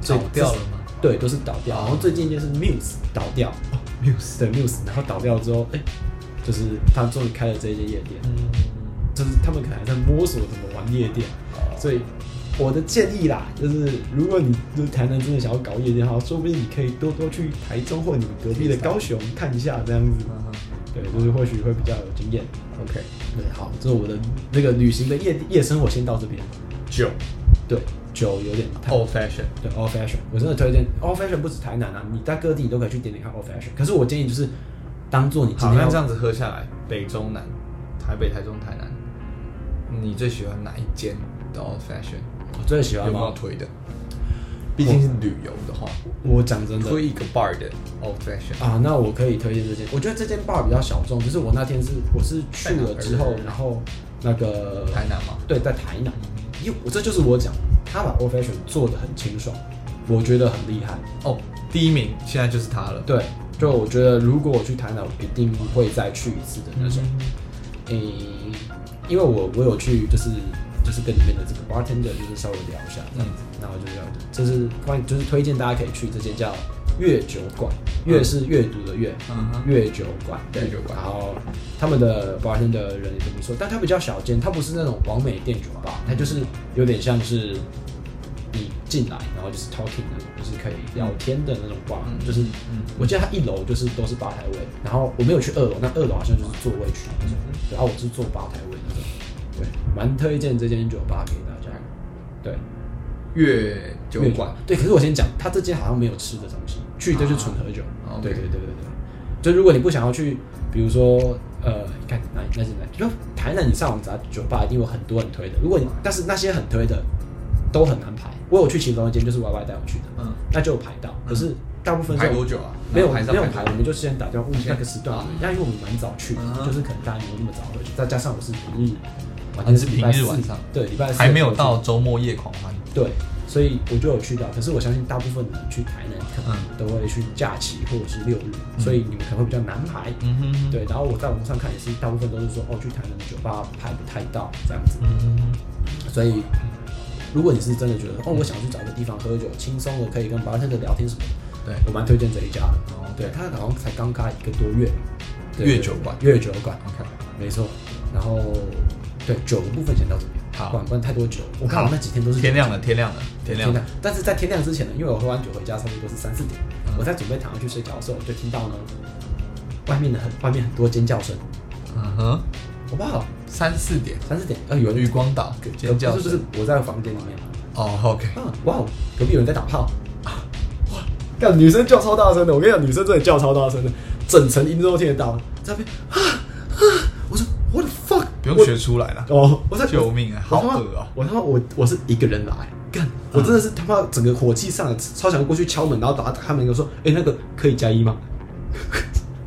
Speaker 2: 走掉了哦
Speaker 1: 吗？
Speaker 2: 吗
Speaker 1: 对，都是倒掉。然后最近一件是 Muse 倒掉、m
Speaker 2: 哦
Speaker 1: u s e 对 Muse，然后倒掉之后，哎、就是他终于开了这一间夜店，
Speaker 2: 嗯
Speaker 1: 就是他们可能还在摸索怎么玩夜店，
Speaker 2: 哦
Speaker 1: 所以我的建议啦，就是如果你就是台南真的想要搞夜店的话，说不定你可以多多去台中或你们隔壁的高雄看一下，这样子，对，就是或许会比较有经验。
Speaker 2: 嗯？OK，
Speaker 1: 对，好，这是我的那个旅行的夜夜生活，先到这边。
Speaker 2: 酒
Speaker 1: 对，酒有点太
Speaker 2: old fashion，
Speaker 1: 对 old fashion，我真的推荐 old fashion 不止台南啊，你在各地你都可以去点点看 old fashion。可是我建议就是当做你今
Speaker 2: 好，
Speaker 1: 天
Speaker 2: 那
Speaker 1: 要
Speaker 2: 这样子喝下来，北中南，台北、台中、台南，你最喜欢哪一间的 old fashion？
Speaker 1: 我最喜
Speaker 2: 有
Speaker 1: 欢
Speaker 2: 没有
Speaker 1: 吗？
Speaker 2: 推的？毕竟是旅游的话，
Speaker 1: 我讲真的
Speaker 2: 推一个 bar 的 old fashion，
Speaker 1: 啊，那我可以推荐这间，我觉得这间 bar 比较小众，就是我那天是我是去了之后
Speaker 2: 在哪，儿
Speaker 1: 然后那个
Speaker 2: 台南吗？
Speaker 1: 对，在台南，因为我这就是我讲，他把 old fashion 做的很清爽，我觉得很厉害。
Speaker 2: 哦，第一名现在就是它了。
Speaker 1: 对，就我觉得如果我去台南，我一定会再去一次的那
Speaker 2: 嗯
Speaker 1: 种。诶、因为我我有去，就是就是跟里面的这个 bartender 就是稍微聊一下
Speaker 2: 嗯
Speaker 1: 这样子，然后就聊，就是关于就是推荐大家可以去这间叫月酒馆，月是阅读的月，
Speaker 2: 嗯哼
Speaker 1: 月酒馆，对
Speaker 2: 月酒馆
Speaker 1: 然后他们的 bartender 人也都不错，但它比较小间，它不是那种完美店酒吧，
Speaker 2: 嗯
Speaker 1: 它就是有点像是。你进来，然后就是 talking 那种，就是可以聊天的那种 bar，、就是、
Speaker 2: 嗯
Speaker 1: 我记得它一楼就是都是吧台位，然后我没有去二楼，那二楼好像就是座位区那
Speaker 2: 嗯
Speaker 1: 种，然后我是坐吧台位那种，对，蛮推荐这间酒吧给大家，对，
Speaker 2: 月酒
Speaker 1: 没有
Speaker 2: 馆，
Speaker 1: 对，可是我先讲，它这间好像没有吃的东西，去就是纯喝酒，
Speaker 2: 啊
Speaker 1: 对
Speaker 2: OK
Speaker 1: 对对对对，就如果你不想要去，比如说呃，看哪那是哪，就台南你上网查酒吧一定有很多人推的，如果你但是那些很推的都很难排，我有去其中一间就是 Y Y 带我去的，
Speaker 2: 嗯，
Speaker 1: 那就有排到，可是大部分是
Speaker 2: 排多久啊？
Speaker 1: 没有
Speaker 2: 排上
Speaker 1: 没有
Speaker 2: 多
Speaker 1: 排，
Speaker 2: 久
Speaker 1: 我们就先打电话问那个时段而已
Speaker 2: 啊。
Speaker 1: 那因为我们蛮早去的
Speaker 2: 嗯，哼
Speaker 1: 就是可能大家没有那么早回去，再加上我是平日晚
Speaker 2: 啊
Speaker 1: 上
Speaker 2: 你
Speaker 1: 是
Speaker 2: 是
Speaker 1: 礼拜
Speaker 2: 平日
Speaker 1: 四
Speaker 2: 晚上
Speaker 1: 对，礼拜四
Speaker 2: 还没有
Speaker 1: 的时
Speaker 2: 到
Speaker 1: 候去。
Speaker 2: 周末夜狂欢。
Speaker 1: 对，所以我就有去到。可是我相信大部分人去台南可能
Speaker 2: 嗯
Speaker 1: 都会去假期或者是六日，所以你们可能会比较难排。
Speaker 2: 嗯哼哼，
Speaker 1: 对，然后我在网上看也是，大部分都是说哦，去台南的酒吧排不太到这样子。
Speaker 2: 嗯，
Speaker 1: 所以，如果你是真的觉得哦，我想去找个地方喝酒，轻松的可以跟 bartender 聊天什么的，
Speaker 2: 对
Speaker 1: 我蛮推荐这一家的。
Speaker 2: 哦
Speaker 1: 对，他好像才刚开一个多月。对
Speaker 2: 月酒馆
Speaker 1: 月酒馆，
Speaker 2: ，OK，
Speaker 1: 没错。然后，对酒的部分先到这边。
Speaker 2: 好
Speaker 1: 管不然太多酒。我看我那几天都是
Speaker 2: 天亮了，天亮了，天亮了。
Speaker 1: 但是在天亮之前呢，因为我喝完酒回家差不多是三四点，
Speaker 2: 嗯
Speaker 1: 我在准备躺下去睡觉的时候，我就听到呢，外面的很外面很多尖叫声。
Speaker 2: 嗯哼，
Speaker 1: 好不好？
Speaker 2: 三四点，
Speaker 1: 三四点，呃，有人
Speaker 2: 渔光岛尖叫
Speaker 1: 哦不是
Speaker 2: 声。
Speaker 1: 不是，我在房间里面。
Speaker 2: 哦，OK，
Speaker 1: 啊，哇哦，隔壁有人在打炮啊！哇，干女生叫超大声的，我跟你讲，女生真的叫超大声的，整层音都听得到。在那边啊啊！我说 What the fuck！
Speaker 2: 不用学出来了。
Speaker 1: 我哦，我在
Speaker 2: 救命啊！
Speaker 1: 我
Speaker 2: 好
Speaker 1: 他妈
Speaker 2: 恶啊！
Speaker 1: 我他妈我我是一个人来干，我真的是他妈整个火气上来，超想过去敲门，然后打打开门，我说，哎、那个可以加一吗？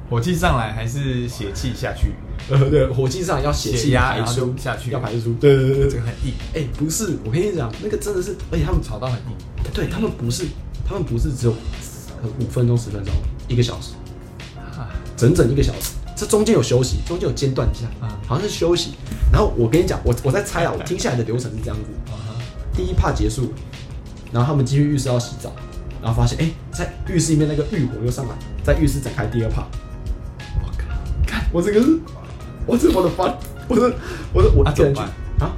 Speaker 7: 火气上来还是血气下去？
Speaker 1: 呃，对，火气上要血
Speaker 7: 血
Speaker 1: 气
Speaker 7: 压
Speaker 1: 排
Speaker 7: 然
Speaker 1: 出
Speaker 7: 后下去
Speaker 1: 要排出，对对对
Speaker 2: 这
Speaker 1: 对
Speaker 2: 个。很硬，
Speaker 1: 哎、不是，我跟你讲，那个真的是，而且他们吵
Speaker 2: 吵到很硬。
Speaker 1: 对他们不是，他们不是只有五分钟、十分钟，一个小时，
Speaker 2: 啊
Speaker 1: 整整一个小时。这中间有休息，中间有间断一下，
Speaker 2: 嗯
Speaker 1: 好像是休息。然后我跟你讲，我我在猜啊，我听下来的流程是这样子：
Speaker 2: 啊哈
Speaker 1: 第一帕结束，然后他们进去浴室要洗澡，然后发现哎，在浴室里面那个浴火又上来，在浴室展开第二帕。我靠！看我这个是，我这我的发，我的我的我
Speaker 2: 啊
Speaker 1: 一个人去
Speaker 2: 怎么
Speaker 1: 啊？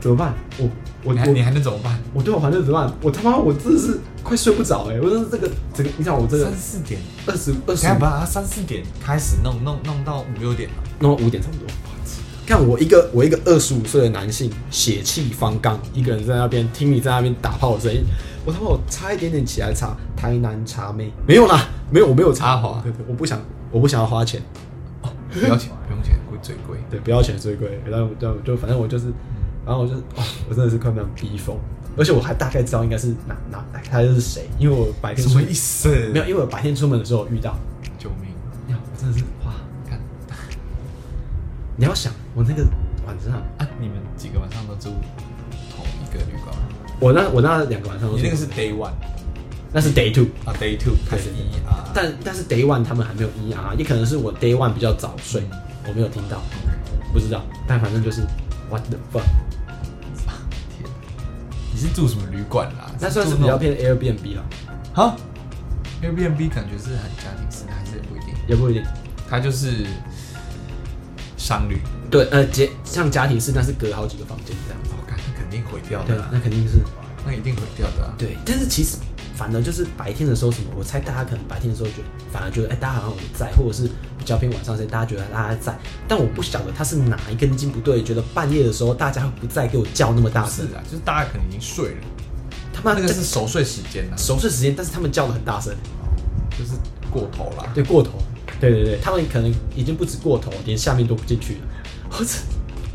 Speaker 1: 怎么办？我我
Speaker 2: 你还
Speaker 1: 我
Speaker 2: 你还能怎么办？
Speaker 1: 我对我环境怎么办？我他妈我真的是快睡不着哎、我真的是这个整个，你想我这个
Speaker 2: 三四点，
Speaker 1: 二十二
Speaker 2: 等
Speaker 1: 十
Speaker 2: 下把它三四点开始弄，弄弄到五六点啊吧。
Speaker 1: 弄到五点差不多。看我一个我一个二十五岁的男性，血气方刚，一个人在那边听你在那边打炮的声音，我他妈我差一点点起来查台南茶妹，没有啦，没有我没有查
Speaker 2: 阿华
Speaker 1: 对对，我不想我不想要花钱，
Speaker 2: 不
Speaker 1: [laughs]
Speaker 2: 要钱，不用钱，贵最贵。
Speaker 1: 对，不要钱最贵，然后对就反正我就是，然后我就哦，我真的是快被他们逼疯，而且我还大概知道应该是哪哪哪他是谁，因为我白天
Speaker 2: 什
Speaker 1: 出
Speaker 2: 么
Speaker 1: 门
Speaker 2: 意思？
Speaker 1: 没有，因为我白天出门的时候遇到。
Speaker 2: 救命！
Speaker 1: 呀，我真的是哇！
Speaker 2: 看
Speaker 1: 你要想，我那个晚上，
Speaker 2: 啊，你们几个晚上都住同一个旅馆吗？
Speaker 1: 我那我那两个晚上都
Speaker 2: 你
Speaker 1: 是，
Speaker 2: 那个是 day one
Speaker 1: 那是 day two，
Speaker 2: 啊，day two 开始一啊，
Speaker 1: 但但是 day one 他们还没有 ER，也可能是我 day one 比较早睡，我没有听到，不知道，但反正就是 what the fuck，
Speaker 2: 天，你是住什么旅馆啦？
Speaker 1: 那算是比较偏 Airbnb 啦，
Speaker 2: 好。Airbnb 感觉是很家庭式的，还是不一定。
Speaker 1: 也不一定。
Speaker 2: 它就是商旅，
Speaker 1: 对，呃，结像家庭式，但是隔好几个房间这样。
Speaker 2: 我、看哦那肯定毁掉
Speaker 1: 对
Speaker 2: 的、，
Speaker 1: 那
Speaker 2: 啊，
Speaker 1: 肯定是
Speaker 2: 那一定毁掉的、啊。
Speaker 1: 对，但是其实反而就是白天的时候什么，我猜大家可能白天的时候觉得，反而觉得哎、大家好像我在，或者是比较偏晚上时间，大家觉得大家在，但我不晓得他是哪一根筋不对，觉得半夜的时候大家会不在，给我叫那么大
Speaker 2: 是
Speaker 1: 声，
Speaker 2: 啊，就是大家可能已经睡了，
Speaker 1: 他妈
Speaker 2: 那
Speaker 1: 那
Speaker 2: 那
Speaker 1: 个
Speaker 2: 个是
Speaker 1: 是
Speaker 2: 熟睡时间啊，
Speaker 1: 熟睡时间，但是他们叫的很大声，
Speaker 2: 就是过头啦。
Speaker 1: 对，过头，对对对，他们可能已经不止过头，连下面都不进去了，我操！ [laughs]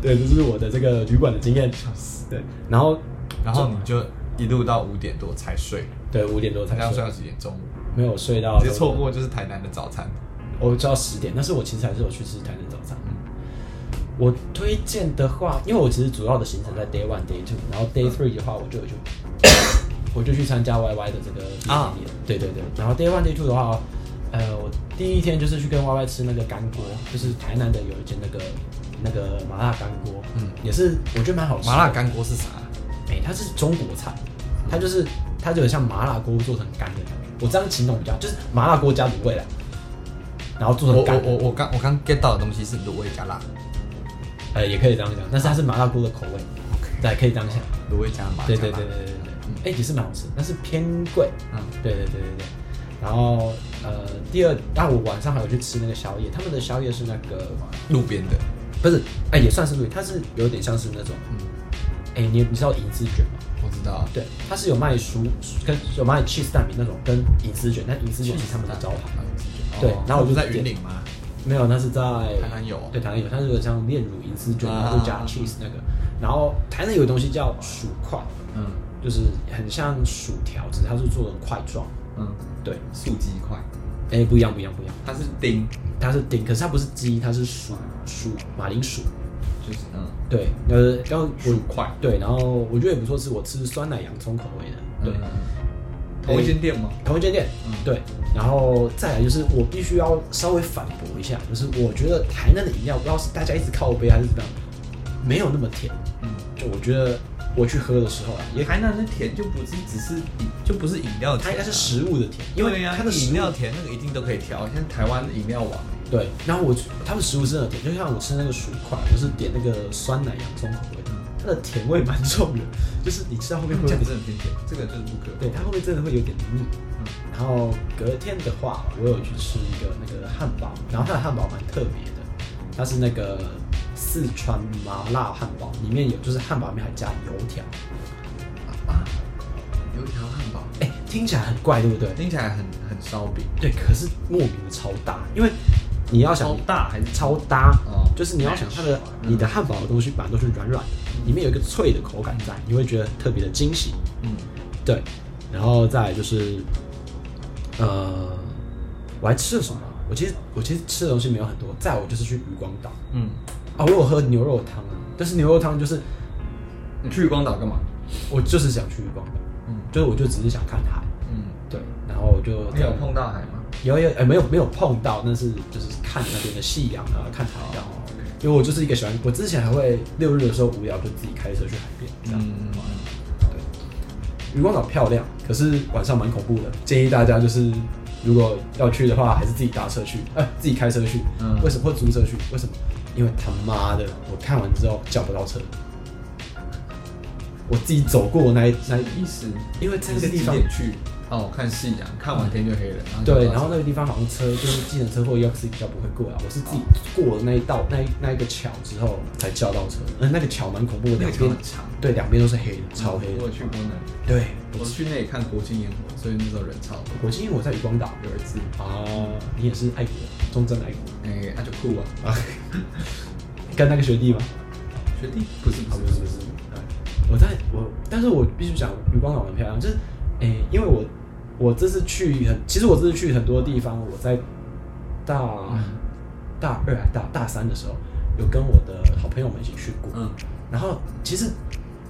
Speaker 1: 对，这就是我的这个旅馆的经验，对，然后
Speaker 2: 然后你就一路到五点多才睡，
Speaker 1: 对五点多才
Speaker 2: 才刚睡
Speaker 1: 睡哦
Speaker 2: 到，几点？中午，
Speaker 1: 没有睡到
Speaker 2: 直接错过就是台南的早餐。
Speaker 1: 我知道十点，但是我其实还是有去吃台南早餐。我推荐的话，因为我其实主要的行程在 day one、day two，然后 day three 的话，我就有去，我就去参加 YY 的这个毕业
Speaker 2: 啊
Speaker 1: 典礼了对对对。然后 day one、day two 的话，呃，我第一天就是去跟 YY 吃那个干锅，就是台南的有一间那个那个麻辣干锅，嗯
Speaker 2: 嗯，
Speaker 1: 也是我觉得蛮好吃的。
Speaker 2: 麻辣干锅是啥？
Speaker 1: 哎、它是中国菜，它就是它就有像麻辣锅做成干的感觉。我这样形容比较，就是麻辣锅加卤味啦，然后做
Speaker 2: 我
Speaker 1: 成干
Speaker 2: 我
Speaker 1: 的。
Speaker 2: 我我刚我刚 get 到的东西是卤味加辣
Speaker 1: 呃，也可以这样讲，但是它是麻辣锅的口味，
Speaker 2: ，OK，
Speaker 1: 对，可以这样想。
Speaker 2: 卤味加麻
Speaker 1: 对
Speaker 2: 加
Speaker 1: 对
Speaker 2: 辣
Speaker 1: 对对对对对，哎、也是蛮好吃，但是偏贵。
Speaker 2: 嗯，
Speaker 1: 对对对对对。然后呃，第二，啊，我晚上还有去吃那个宵夜，他们的宵夜是那个，
Speaker 2: 路边的，
Speaker 1: 不是，哎、也算是对，它是有点像是那种，
Speaker 2: 嗯，
Speaker 1: 哎、你你知道银丝卷吗？
Speaker 2: 我知道啊。
Speaker 1: 对，它是有卖薯跟有卖 cheese 蛋饼那种跟银丝卷，但银丝卷是他们的招牌。对
Speaker 2: 哦
Speaker 1: 然后我就
Speaker 2: 在云
Speaker 1: 点
Speaker 2: 岭嘛，
Speaker 1: 没有，那是在
Speaker 2: 啊台南有哦
Speaker 1: 对，台南有，它是有像炼乳银丝卷，
Speaker 2: 啊
Speaker 1: 然后加 cheese 那个，然后台南有个东西叫薯块，
Speaker 2: 嗯
Speaker 1: 就是很像薯条，只是它是做成块状，
Speaker 2: 嗯，
Speaker 1: 对，
Speaker 2: 素鸡块，
Speaker 1: 哎，不一样，不一样，不一样，
Speaker 2: 它是丁，
Speaker 1: 它是丁，可是它不是鸡，它是薯薯马铃薯，
Speaker 2: 就是嗯，
Speaker 1: 对，呃，然后我
Speaker 2: 薯块
Speaker 1: 对，然后我觉得也不错吃，我吃酸奶洋葱口味的，对，
Speaker 2: 嗯同一间店吗？
Speaker 1: 同一间店，
Speaker 2: 嗯
Speaker 1: 对，然后再来就是我必须要稍微反驳一下，就是我觉得台南的饮料，不知道是大家一直靠背还是怎么样，没有那么甜。
Speaker 2: 嗯，
Speaker 1: 就我觉得我去喝的时候啊，也
Speaker 2: 台南的甜就不是只是饮就不是饮料
Speaker 1: 它
Speaker 2: 甜
Speaker 1: 应
Speaker 2: 啊，
Speaker 1: 该是食物的甜，因
Speaker 2: 因
Speaker 1: 为
Speaker 2: 为
Speaker 1: 它
Speaker 2: 它
Speaker 1: 的
Speaker 2: 的
Speaker 1: 食
Speaker 2: 饮
Speaker 1: 物
Speaker 2: 料甜那个一定都可以调，像台湾饮料王，
Speaker 1: 对，然后我他们食物真的甜，就像我吃那个薯块，我是点那个酸奶洋葱口味，它的甜味蛮重的，就是你吃到后嗯面会有
Speaker 2: 这
Speaker 1: 点
Speaker 2: 样真的偏甜，嗯这个就是不可。嗯
Speaker 1: 对，它后面真的会有点腻。然后隔天的话，我有去吃一个那个汉堡，然后它的汉堡蛮特别的，它是那个四川麻辣汉堡，里面有就是汉堡里面还加油条，
Speaker 2: 啊油条汉堡
Speaker 1: 哎、听起来很怪，对不对？
Speaker 2: 听起来很很烧饼，
Speaker 1: 对，可是莫名的超大，因为你要想
Speaker 2: 超大还是
Speaker 1: 超搭，
Speaker 2: 哦
Speaker 1: 就是你要想它的你的汉堡的东西本来都是软软的，里面有一个脆的口感在，你会觉得特别的惊喜。
Speaker 2: 嗯，
Speaker 1: 对，然后再来就是，呃，我还吃了什么？我其实我其实吃的东西没有很多，再来我就是去渔光岛，
Speaker 2: 嗯，
Speaker 1: 啊，我有喝牛肉汤啊，但是牛肉汤就是
Speaker 2: 你去光岛干嘛？
Speaker 1: 我就是想去渔光岛，
Speaker 2: 嗯
Speaker 1: 就是我就只是想看海，
Speaker 2: 嗯，
Speaker 1: 对，然后我就
Speaker 2: 你有碰到海吗？
Speaker 1: 有有呃没有没有碰到，但是就是看那边的夕阳啊，看海洋。
Speaker 2: 哦
Speaker 1: 因为我就是一个喜欢，我之前还会六日的时候无聊就自己开车去海边，这样。
Speaker 2: 嗯，
Speaker 1: 渔光岛漂亮，可是晚上蛮恐怖的，建议大家就是如果要去的话，还是自己搭车去，呃，自己开车去。
Speaker 2: 嗯
Speaker 1: 为什么会租车去？为什么？因为他妈的，我看完之后叫不到车，我自己走过那一那一，
Speaker 2: 意思
Speaker 1: 因为在
Speaker 2: 你
Speaker 1: 那
Speaker 2: 是
Speaker 1: 个地
Speaker 2: 几
Speaker 1: 方
Speaker 2: 点去？哦，看夕阳，看完天就黑了。就
Speaker 1: 对，
Speaker 2: 到
Speaker 1: 然后那
Speaker 2: 这
Speaker 1: 个地方好像车就是计程车或 Uxi 比较不会过来，我是自己过了那一道那一那一个桥之后才叫到车，嗯，那个桥蛮恐怖的，
Speaker 2: 那
Speaker 1: 两
Speaker 2: 个桥
Speaker 1: 边
Speaker 2: 很长
Speaker 1: 对，两边都是黑的，超黑的
Speaker 2: 我有，去过那，
Speaker 1: 对，
Speaker 2: 我去那里看国庆烟火，所以那时候人超多。
Speaker 1: 我今天我在渔光岛，
Speaker 2: 有一次，
Speaker 1: 哦，你也是爱国，忠贞爱国，
Speaker 2: 哎，那就酷啊！啊，
Speaker 1: 跟那个学弟吗？
Speaker 2: 学弟不是不
Speaker 1: 啊，不
Speaker 2: 是
Speaker 1: 是不是，对我在我，但是我必须讲渔光岛很漂亮，就是，诶、因为我我这次去很，其实我这次去很多地方，我在大大二还大大三的时候，有跟我的好朋友们一起去过，
Speaker 2: 嗯，
Speaker 1: 然后其实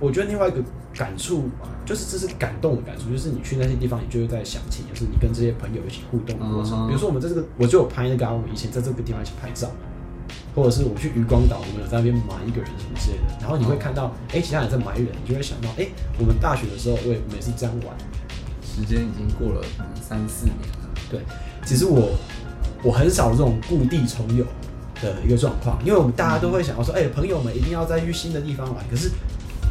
Speaker 1: 我觉得另外一个感触，啊就是这是感动的感触，就是你去那些地方，你就会在想起，就是你跟这些朋友一起互动的过程。
Speaker 2: 嗯
Speaker 1: 比如说我们在这个，我就有拍那个、啊，我们以前在这个地方一起拍照，或者是我去渔光岛，我们有在那边埋一个人什么之类的。然后你会看到，哎、其他人在埋人，你就会想到，哎、我们大学的时候，我也每次这样玩。
Speaker 2: 时间已经过了可能三四年了。
Speaker 1: 对，其实我我很少这种故地重游的一个状况，因为我们大家都会想要说，哎、朋友们一定要再去新的地方玩，可是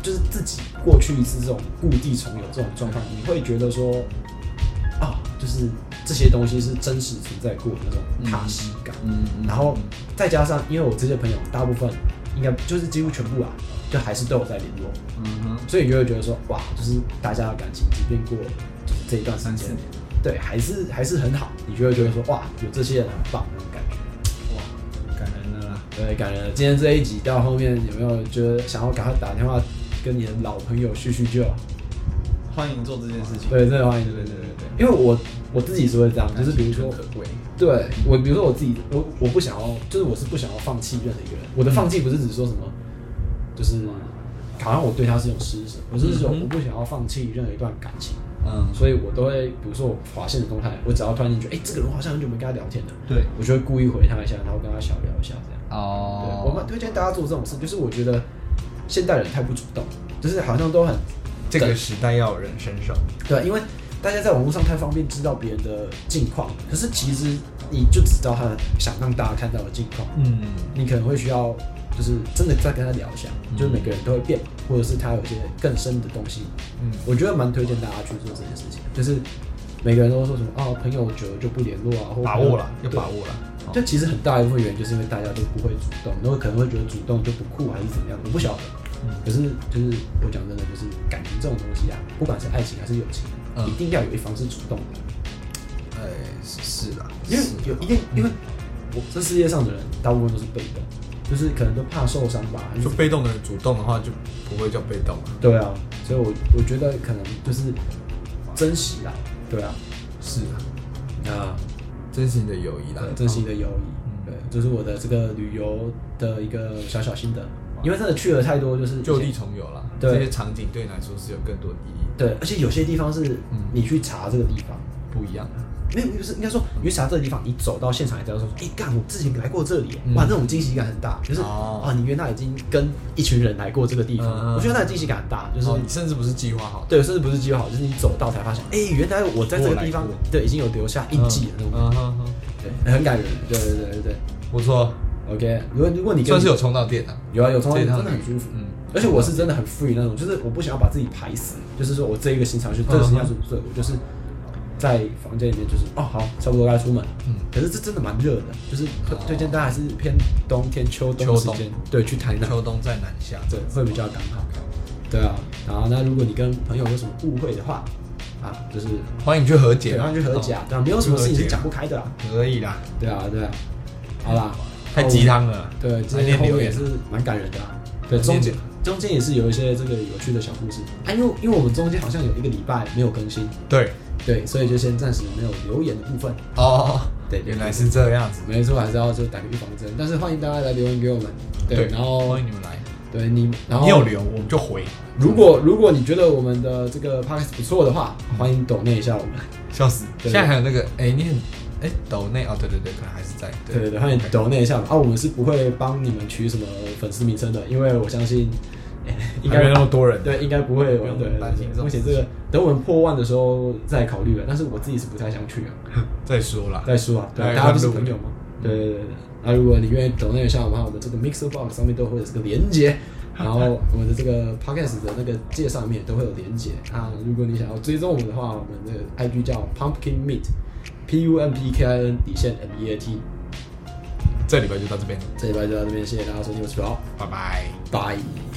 Speaker 1: 就是自己过去一次这种故地重游这种状况，你会觉得说，啊，就是这些东西是真实存在过的那种踏实感，
Speaker 2: 嗯嗯
Speaker 1: 然后再加上因为我这些朋友大部分应该就是几乎全部啊，就还是都有在联络，
Speaker 2: 嗯哼，
Speaker 1: 所以你就会觉得说，哇，就是大家的感情，即便过了就是这一段时
Speaker 2: 三
Speaker 1: 间
Speaker 2: 四年，
Speaker 1: 对，还是还是很好，你就会觉得说，哇，有这些人很棒那种感觉。
Speaker 8: 感人的啦。
Speaker 1: 对，感人了。今天这一集到后面有没有觉得想要赶快打电话跟你的老朋友叙叙旧啊？
Speaker 2: 欢迎做这件事情。
Speaker 1: 对，真的欢迎，对
Speaker 2: 对
Speaker 1: 对
Speaker 2: 对
Speaker 1: 对
Speaker 2: 对
Speaker 1: 对因
Speaker 2: 对。
Speaker 1: 为我我自己是会这样，就是比如
Speaker 2: 青
Speaker 1: 说，
Speaker 2: 春可贵。
Speaker 1: 对我，比如说我自己，我我不想要，就是我是不想要放弃任何一个人。我的放弃不是只说什么，就是
Speaker 2: 嗯
Speaker 1: 好像我对他是一种施舍，我是说我不想要放弃任何一段感情。
Speaker 2: 嗯，
Speaker 1: 所以我都会，比如说我划线的动态，我只要突然间觉得，哎、这个人我好像很久没跟他聊天了，
Speaker 2: 对，
Speaker 1: 我就会故意回他一下，然后跟他小聊一下这样。
Speaker 2: 哦，
Speaker 1: 对，我蛮推荐大家做这种事，就是我觉得现代人太不主动，就是好像都很
Speaker 8: 这个时代要有人伸手，
Speaker 1: 对，因为大家在网络上太方便知道别人的近况，可是其实你就只知道他想让大家看到的近况，
Speaker 8: 嗯，
Speaker 1: 你可能会需要就是真的再跟他聊一下，
Speaker 8: 嗯
Speaker 1: 就是每个人都会变嘛，或者是他有一些更深的东西。嗯，我觉得蛮推荐大家去做这件事情，就是每个人都说什么哦，朋友久了就不联络啊，或
Speaker 8: 把握了，
Speaker 1: 朋友
Speaker 8: 要把。握了。
Speaker 1: 对就其实很大一部分原因就是因为大家都不会主动，都会可能会觉得主动就不酷还是怎么样，我不晓得。
Speaker 8: 嗯
Speaker 1: 可是就是我讲真的，就是感情这种东西啊，不管是爱情还是友情，
Speaker 2: 嗯
Speaker 1: 一定要有一方是主动的。
Speaker 2: 哎，是是啦，
Speaker 1: 因为
Speaker 2: 是啦
Speaker 1: 有一定，因为我这世界上的人大部分都是被动，就是可能都怕受伤吧，还是
Speaker 8: 就
Speaker 1: 怎么样
Speaker 8: 被动的人主动的话，就不会叫被动了。
Speaker 1: 对啊，所以我我觉得可能就是珍惜啦，对啊，
Speaker 8: 是啊，
Speaker 1: 啊，
Speaker 8: 珍惜你的友谊啦。
Speaker 1: 呃珍惜你的友
Speaker 8: 嗯
Speaker 1: 谊，对，这、是我的这个旅游的一个小小心得，因为真的去了太多，就是
Speaker 8: 就地重游啦，
Speaker 1: 对
Speaker 8: 这些场景对你来说是有更多意义，
Speaker 1: 对，而且有些地方是
Speaker 8: 嗯
Speaker 1: 你去查这个地方，
Speaker 8: 不一样的。
Speaker 1: 没有，就是应该说，你去查这个地方，你走到现场，你才知道说，哎、干，我之前来过这里耶，哇，那种惊喜感很大，就是、
Speaker 8: 嗯哦
Speaker 1: 啊，你原来已经跟一群人来过这个地方，
Speaker 8: 嗯
Speaker 1: 我觉得那个惊喜感很大，就是、
Speaker 8: 哦你甚至不是计划好的，
Speaker 1: 对，甚至不是计划好，就是你走到才发现，哎、原来我在这个地方
Speaker 8: 我来，
Speaker 1: 对，已经有留下印记的那种，
Speaker 8: 嗯哼哼，
Speaker 1: 对，很感人，对对对对对
Speaker 8: 不错，
Speaker 1: ，OK，如果如果你跟
Speaker 8: 算是有充到电啊。
Speaker 1: 有啊有冲
Speaker 8: 这
Speaker 1: 浪
Speaker 8: 一趟
Speaker 1: 真的很
Speaker 8: 旅
Speaker 1: 舒服，
Speaker 8: 嗯
Speaker 1: 而且我是真的
Speaker 2: 嗯
Speaker 1: 很 free 那种，就是我不想要把自己排死，就是说我这一个行程去，这个行程去，对我就是在房间里面就是哦好，差不多该出门了。嗯，可是这真的蛮热的，就是推荐大家还是偏冬天、秋冬
Speaker 2: 秋
Speaker 1: 时
Speaker 2: 冬
Speaker 1: 间，对，去台南，
Speaker 2: 秋冬在南下，
Speaker 1: 对，会比较刚好。对啊，然后那如果你跟朋友有什么误会的话，啊，就是
Speaker 2: 欢迎去和解哦
Speaker 1: 对，
Speaker 2: 啦，
Speaker 1: 然后去和解啊，对啊，没有什么事情是讲不开的啦。
Speaker 2: 可以啦，
Speaker 1: 对啊，对啊，哦好啦，
Speaker 2: 太鸡汤了
Speaker 8: 哦
Speaker 2: 啦，
Speaker 1: 对，这些
Speaker 2: 来念
Speaker 1: 后面
Speaker 2: 留
Speaker 1: 也
Speaker 2: 言
Speaker 1: 是蛮感人的、啊。对，中间中间也是有一些这个有趣的小故事啊，因为因为我们中间好像有一个礼拜没有更新，
Speaker 2: 对，
Speaker 1: 对，所以就先暂时没有留言的部分。
Speaker 2: 哦，
Speaker 1: 对
Speaker 2: 原来是这样子，
Speaker 1: 没错，还是要就打个预防针，但是欢迎大家来留言给我们。对，然后
Speaker 2: 欢迎你们来，
Speaker 1: 对你，然后
Speaker 2: 你有留我们就回，
Speaker 1: 如果如果你觉得我们的这个 podcast 不错的话，欢迎抖念一下我们。
Speaker 2: 笑死，
Speaker 1: 对
Speaker 2: 现在还有那个，哎，你很，哎，抖内哦，对对对，可能还是在，
Speaker 1: 对对对，欢迎抖念一下我们啊，我们是不会帮你们取什么粉丝名称的，因为我相信。哎应
Speaker 2: 还
Speaker 1: 该
Speaker 2: 没那么多人，
Speaker 1: 对，应该不会有
Speaker 2: 不
Speaker 1: 人
Speaker 2: 用
Speaker 1: 对
Speaker 2: 担心
Speaker 1: 对
Speaker 2: 这种
Speaker 1: 目前这个等我们破万的时候再考虑了，但是我自己是不太想去啊。
Speaker 2: 再说啦，
Speaker 1: 再说啊，对啊，
Speaker 2: 对
Speaker 1: 大家不是
Speaker 2: 看路
Speaker 1: 朋友嘛。对对对对。那如果你愿意抖那一下我们，我们这个 Mixer Box 上面都会有这个连接，然后我们的这个 Podcast 的那个介绍里面都会有连接啊。如果你想要追踪我们的话，我们的 IG 叫 Pumpkin Meat。P U M P K I N 底线 M E A T，
Speaker 2: 这礼拜就到这边，
Speaker 1: 这礼拜就到这边，谢谢大家收听，我是 Rob，
Speaker 2: 拜拜。
Speaker 1: 拜。